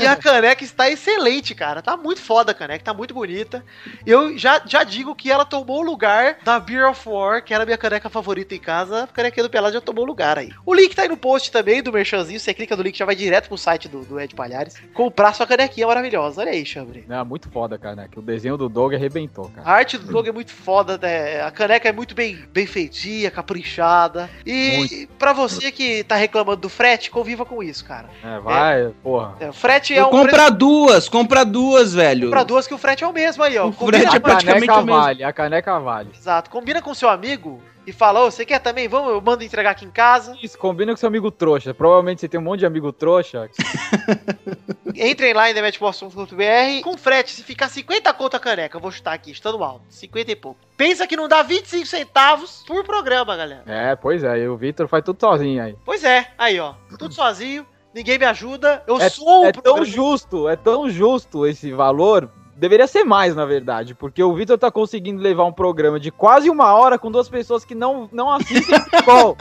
Speaker 7: E a caneca está excelente, cara. Tá muito foda a caneca, tá muito bonita. Eu já, já digo que ela tomou o lugar da Beer of War, que era a minha caneca favorita em casa. A caneca do Pelado já tomou o lugar aí. O link tá aí no post também do Merchanzinho. Você clica no link, já vai direto pro site do, do Ed Palhares. Comprar sua canequinha maravilhosa. Olha aí, Chambre.
Speaker 8: Não, muito foda, cara, né? Que o desenho do Doug arrebentou, cara.
Speaker 7: A arte do jogo é muito foda, né? A caneca é muito bem, bem feitinha, caprichada. E pra você que tá reclamando do frete, conviva com isso, cara.
Speaker 8: É, vai, porra.
Speaker 7: É, o frete é
Speaker 3: Eu
Speaker 7: um
Speaker 3: compra
Speaker 7: preço
Speaker 3: duas, compra duas, velho.
Speaker 7: pra duas que o frete é o mesmo aí, ó.
Speaker 3: O
Speaker 7: Combina
Speaker 3: frete é
Speaker 7: com-
Speaker 8: A
Speaker 3: praticamente
Speaker 8: caneca
Speaker 3: o mesmo.
Speaker 8: vale, a caneca vale.
Speaker 7: Exato. Combina com seu amigo e fala, ô, você quer também? Vamos, eu mando entregar aqui em casa.
Speaker 8: Isso, combina com seu amigo trouxa. Provavelmente você tem um monte de amigo trouxa.
Speaker 7: Entrem lá em TheMatchbox.com.br. Com frete, se ficar 50 conto a caneca, eu vou chutar aqui, estando alto. 50 e pouco. Pensa que não dá 25 centavos por programa, galera.
Speaker 8: É, pois é, e o Vitor faz tudo sozinho aí.
Speaker 7: Pois é, aí, ó. Tudo sozinho. Ninguém me ajuda, eu
Speaker 8: É,
Speaker 7: sou o
Speaker 8: é tão
Speaker 7: programa.
Speaker 8: justo, é tão justo esse valor. Deveria ser mais, na verdade, porque o Vitor tá conseguindo levar um programa de quase uma hora com duas pessoas que não, não assistem futebol.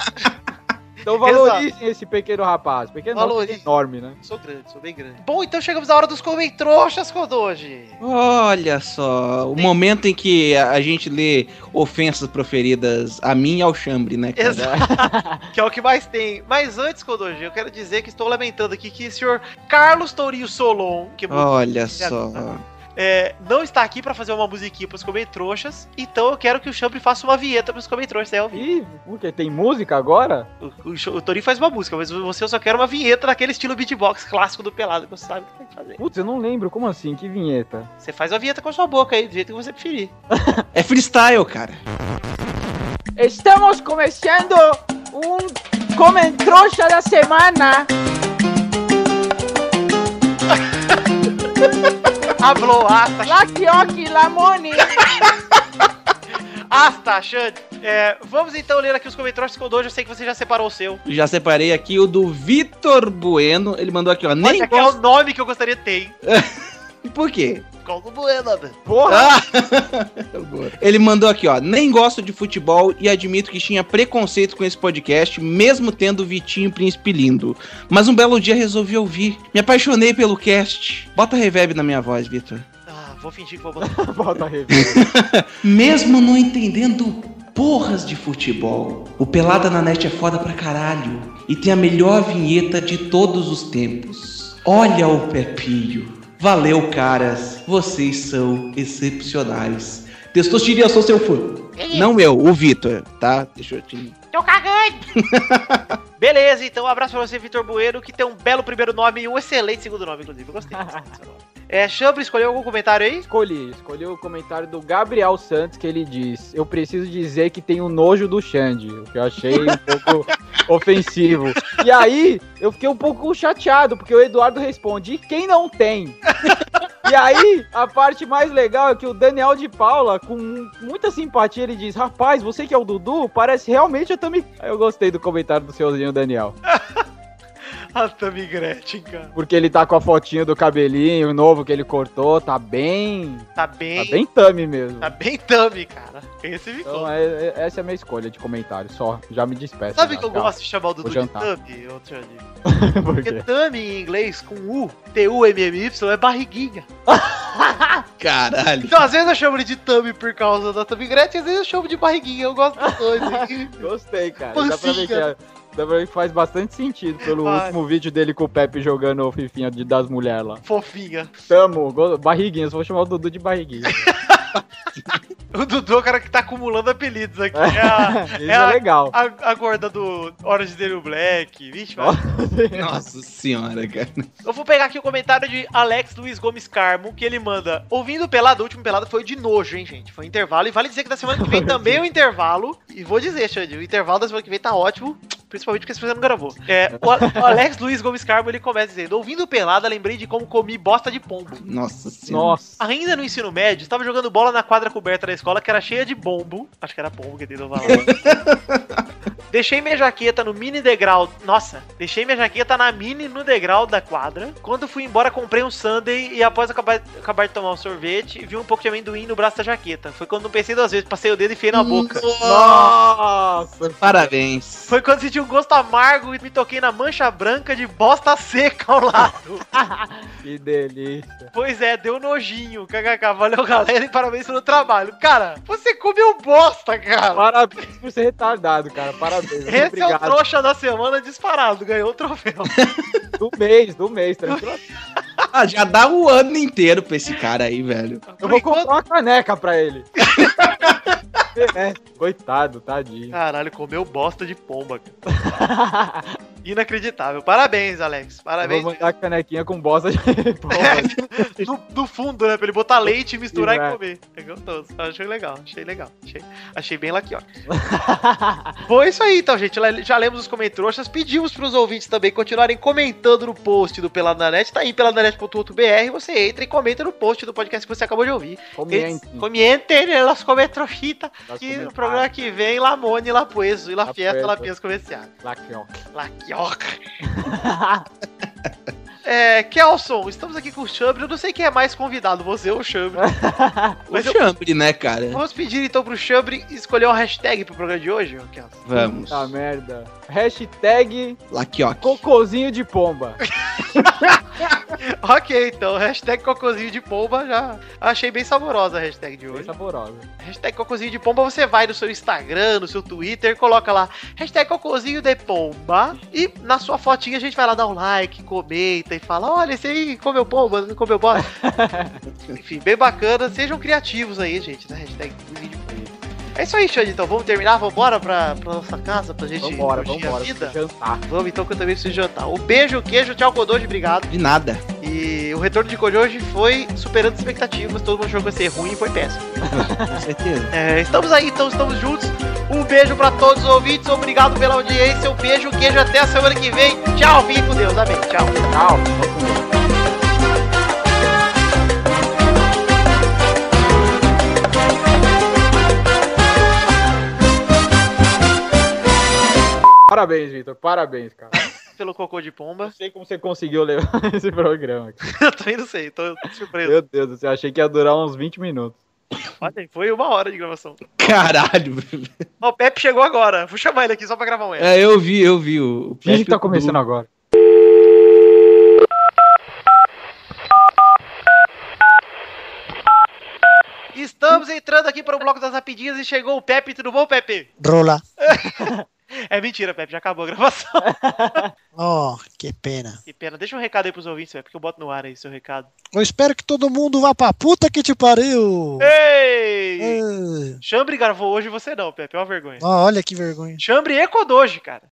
Speaker 8: Então valorizem esse pequeno rapaz. Pequeno não,
Speaker 7: Valorizem.
Speaker 8: enorme, né?
Speaker 7: Sou grande, sou bem grande. Bom, então chegamos à hora dos comentroxas, Kodoji.
Speaker 3: Olha só, o momento em que a a gente lê ofensas proferidas a mim e ao Chambre, né? cara?
Speaker 7: Exato. que é o que mais tem. Mas antes, Kodoji, eu quero dizer que estou lamentando aqui que o senhor Carlos Tourinho Solon, que
Speaker 3: Olha só.
Speaker 7: é, não está aqui para fazer uma musiquinha pros comentroxas, então eu quero que o Chambre faça uma vinheta pros comentroxas, é o-
Speaker 8: Ih, porque tem música agora?
Speaker 7: o, o, o Tourinho faz uma música, mas você eu só quero uma vinheta daquele estilo beatbox clássico do pelado, que você sabe o que tem que fazer.
Speaker 8: Putz, eu não lembro. Como assim? Que vinheta?
Speaker 7: Você faz uma vinheta com a sua boca aí, do jeito que você preferir.
Speaker 3: É freestyle, cara.
Speaker 6: Estamos começando um Comentrouxa da semana.
Speaker 7: Hablou, hasta,
Speaker 6: Lakioki Lamoni.
Speaker 7: hasta, Xande. É, vamos então ler aqui os comentários que eu dou, já sei que você já separou o seu.
Speaker 3: Já separei aqui o do Vitor Bueno. Ele mandou aqui, ó.
Speaker 7: Mas
Speaker 3: Nem
Speaker 7: aqui é
Speaker 3: gosto...
Speaker 7: o nome que eu gostaria de ter, hein?
Speaker 3: Por quê?
Speaker 5: Qual do Bueno, velho?
Speaker 3: Ah! Ele mandou aqui, ó. Nem gosto de futebol e admito que tinha preconceito com esse podcast, mesmo tendo o Vitinho Príncipe lindo. Mas um belo dia resolvi ouvir. Me apaixonei pelo cast. Bota reverb na minha voz, Vitor.
Speaker 7: Ah, vou fingir que vou botar.
Speaker 8: Bota revista.
Speaker 3: Mesmo não entendendo porras de futebol, o Pelada na Net é foda pra caralho e tem a melhor vinheta de todos os tempos. Olha o Pepinho. Valeu, caras. Vocês são excepcionais. Testosteria, sou seu fã. Não eu, o Vitor, tá? Deixa eu te...
Speaker 10: Tô cagando.
Speaker 7: Beleza, então um abraço pra você, Vitor Bueno, que tem um belo primeiro nome e um excelente segundo nome, inclusive. Eu gostei. gostei do seu nome. é, Chambre, escolheu algum comentário aí?
Speaker 8: Escolhi, escolhi o comentário do Gabriel Santos que ele diz: Eu preciso dizer que tenho nojo do Xande, o que eu achei um pouco ofensivo. E aí eu fiquei um pouco chateado, porque o Eduardo responde: "E quem não tem? E aí, a parte mais legal é que o Daniel de Paula, com muita simpatia, ele diz: Rapaz, você que é o Dudu, parece realmente a Tami. Eu gostei do comentário do senhorzinho Daniel.
Speaker 7: A Tami Gretchen, cara.
Speaker 8: Porque ele tá com a fotinha do cabelinho novo que ele cortou, tá bem.
Speaker 7: Tá bem.
Speaker 8: Tá bem Tami mesmo.
Speaker 7: Tá bem Tami, cara. Esse ficou.
Speaker 8: Então, é- é- essa é a minha escolha de comentário, só. Já me despeço.
Speaker 7: Sabe
Speaker 8: já,
Speaker 7: que eu
Speaker 8: tchau.
Speaker 7: gosto de chamar o Dudu
Speaker 8: Vou
Speaker 7: de
Speaker 8: jantar.
Speaker 7: Tami, ô Xande?
Speaker 8: Por
Speaker 7: Porque
Speaker 8: quê?
Speaker 7: Tami em inglês com U, T-U-M-M-Y, é barriguinha.
Speaker 3: Caralho.
Speaker 7: Então, às vezes eu chamo ele de Tami por causa da Tami Gretchen, às vezes eu chamo de barriguinha. Eu gosto dos dois. hein?
Speaker 8: Gostei, cara. Dá pra, ver que, é-
Speaker 7: Pancinha.
Speaker 8: dá pra ver que faz bastante sentido pelo
Speaker 7: Faz.
Speaker 8: último vídeo dele com o Pepe jogando o Fifinha de, das mulheres lá.
Speaker 7: Fofinha.
Speaker 8: Tamo, go- barriguinhas, vou chamar o Dudu de barriguinha.
Speaker 7: O Dudu é o cara que tá acumulando apelidos aqui. É a,
Speaker 8: Isso é legal.
Speaker 7: A, a gorda do Orange Daniel Black. Vixe, mano.
Speaker 3: Nossa senhora, cara.
Speaker 7: Eu vou pegar aqui o comentário de Alex Luiz Gomes Carmo, que ele manda. Ouvindo o pelado, o último pelado foi de nojo, hein, gente? Foi intervalo. E vale dizer que da semana que vem também é o intervalo. E vou dizer, Xande, o intervalo da semana que vem tá ótimo. Principalmente porque esse você não gravou. É, o A- o Alex Luiz Gomes Carmo ele começa dizendo: Ouvindo o pelada, lembrei de como comi bosta de pombo.
Speaker 3: Nossa senhora.
Speaker 8: Nossa.
Speaker 7: Ainda no ensino médio, estava jogando bola na quadra coberta da escola que era cheia de bombo. Acho que era pombo que tentou falar. Deixei minha jaqueta no mini degrau. Nossa, deixei minha jaqueta na mini no degrau da quadra. Quando fui embora, comprei um sundae e após acabar, acabar de tomar um sorvete, vi um pouco de amendoim no braço da jaqueta. Foi quando não pensei duas vezes, passei o dedo e enfiei na boca.
Speaker 8: Nossa!
Speaker 3: Parabéns.
Speaker 7: Foi quando senti um gosto amargo e me toquei na mancha branca de bosta seca ao lado.
Speaker 8: Que delícia.
Speaker 7: Pois é, deu nojinho. KKK, valeu galera e parabéns pelo trabalho. Cara, você comeu bosta, cara.
Speaker 8: Parabéns por ser retardado, cara. Parabéns. muito
Speaker 7: Esse é o
Speaker 8: obrigado.
Speaker 7: trouxa da semana disparado, ganhou o troféu.
Speaker 8: Do mês, do mês, tá tranquilo.
Speaker 3: Ah, já dá o ano inteiro pra esse cara aí, velho.
Speaker 8: Eu vou comprar uma caneca pra ele. É, coitado, tadinho.
Speaker 7: Caralho, comeu bosta de pomba. cara. Inacreditável. Parabéns, Alex.
Speaker 8: Eu
Speaker 7: Parabéns.
Speaker 8: vou mandar a canequinha com bosta de
Speaker 7: É, No, no fundo, né? Pra ele botar leite, misturar
Speaker 8: Sim,
Speaker 7: e
Speaker 8: é.
Speaker 7: comer. É gostoso. Achei legal, achei legal. Achei, achei bem laquió. Foi isso aí, então, gente. Le- Já lemos os comentroxas. Pedimos pros ouvintes também continuarem comentando no post do Pelado na Net. Tá aí, peladanet.com.br. Você entra e comenta no post do podcast que você acabou de ouvir.
Speaker 8: Comente.
Speaker 7: Comentem né, las comentroxitas.
Speaker 8: Las
Speaker 7: Que no
Speaker 8: comentar.
Speaker 7: programa que vem, Lamone, Lapueso e La
Speaker 8: La
Speaker 7: Fiesta,
Speaker 8: Pueso.
Speaker 7: La Pienso Comercial.
Speaker 8: Laquinho.
Speaker 7: Laquioca. é, Kelson, estamos aqui com o Chambre. Eu não sei quem é mais convidado, você ou o Chambre.
Speaker 3: O
Speaker 7: Mas eu-
Speaker 3: chambre, né, cara?
Speaker 7: Vamos pedir então pro Chambre escolher uma hashtag pro programa de hoje, ô Kelson.
Speaker 3: Vamos.
Speaker 7: Tá.
Speaker 8: Puta merda. Hashtag
Speaker 3: Laquioque.
Speaker 8: cocôzinho de pomba.
Speaker 7: ok, então, hashtag cocôzinho de pomba, já achei bem saborosa a hashtag de
Speaker 8: Foi
Speaker 7: hoje.
Speaker 8: saborosa.
Speaker 7: Hashtag cocôzinho de pomba, você vai no seu Instagram, no seu Twitter, coloca lá hashtag cocôzinho de pomba e na sua fotinha a gente vai lá dar um like, comenta e fala, olha, esse aí comeu pomba, não comeu bola. Enfim, bem bacana, sejam criativos aí, gente, na hashtag cocôzinho de pomba. É isso aí, Xande, então, vamos terminar, vambora pra, pra nossa casa, pra gente
Speaker 8: Vambora,
Speaker 7: curtir
Speaker 8: vambora.
Speaker 7: a vida?
Speaker 8: preciso Jantar.
Speaker 7: Vamos então que eu também preciso jantar. Um beijo, queijo, tchau, Kodoji, obrigado.
Speaker 3: De nada.
Speaker 7: E o retorno de Kodoji foi superando as expectativas, todo mundo achou que ia ser ruim e foi péssimo.
Speaker 3: Com certeza.
Speaker 7: É, estamos aí, então estamos juntos. Um beijo pra todos os ouvintes, obrigado pela audiência, um beijo, queijo, até a semana que vem. Tchau, fique com Deus, amém, tchau.
Speaker 8: Tchau. Parabéns, Vitor. Parabéns, cara.
Speaker 7: Pelo cocô de pomba. Não
Speaker 8: sei como você conseguiu levar esse programa.
Speaker 7: eu também não sei, tô surpreso.
Speaker 8: Meu Deus do céu, achei que ia durar uns 20 minutos.
Speaker 7: Olha aí, foi uma hora de gravação.
Speaker 3: Caralho.
Speaker 7: Ó, o Pepe chegou agora. Vou chamar ele aqui só pra gravar um
Speaker 3: É, eu vi, eu vi. O o
Speaker 8: Finge
Speaker 3: Pepe
Speaker 8: que tá começando
Speaker 3: do-
Speaker 8: agora.
Speaker 7: Estamos entrando aqui para o bloco das rapidinhas e chegou o Pepe. Tudo bom, Pepe?
Speaker 12: Rola.
Speaker 7: É mentira, Pepe, já acabou a gravação.
Speaker 12: Oh, que pena.
Speaker 7: que pena. Deixa um recado aí pros ouvintes, Pepe, que eu boto no ar aí seu recado.
Speaker 12: Eu espero que todo mundo vá pra puta que te pariu.
Speaker 7: Ei!
Speaker 12: Ah,
Speaker 7: Chambre gravou hoje você não, Pepe, é uma vergonha.
Speaker 12: ó, olha que vergonha.
Speaker 7: Chambre e Kodoji, cara.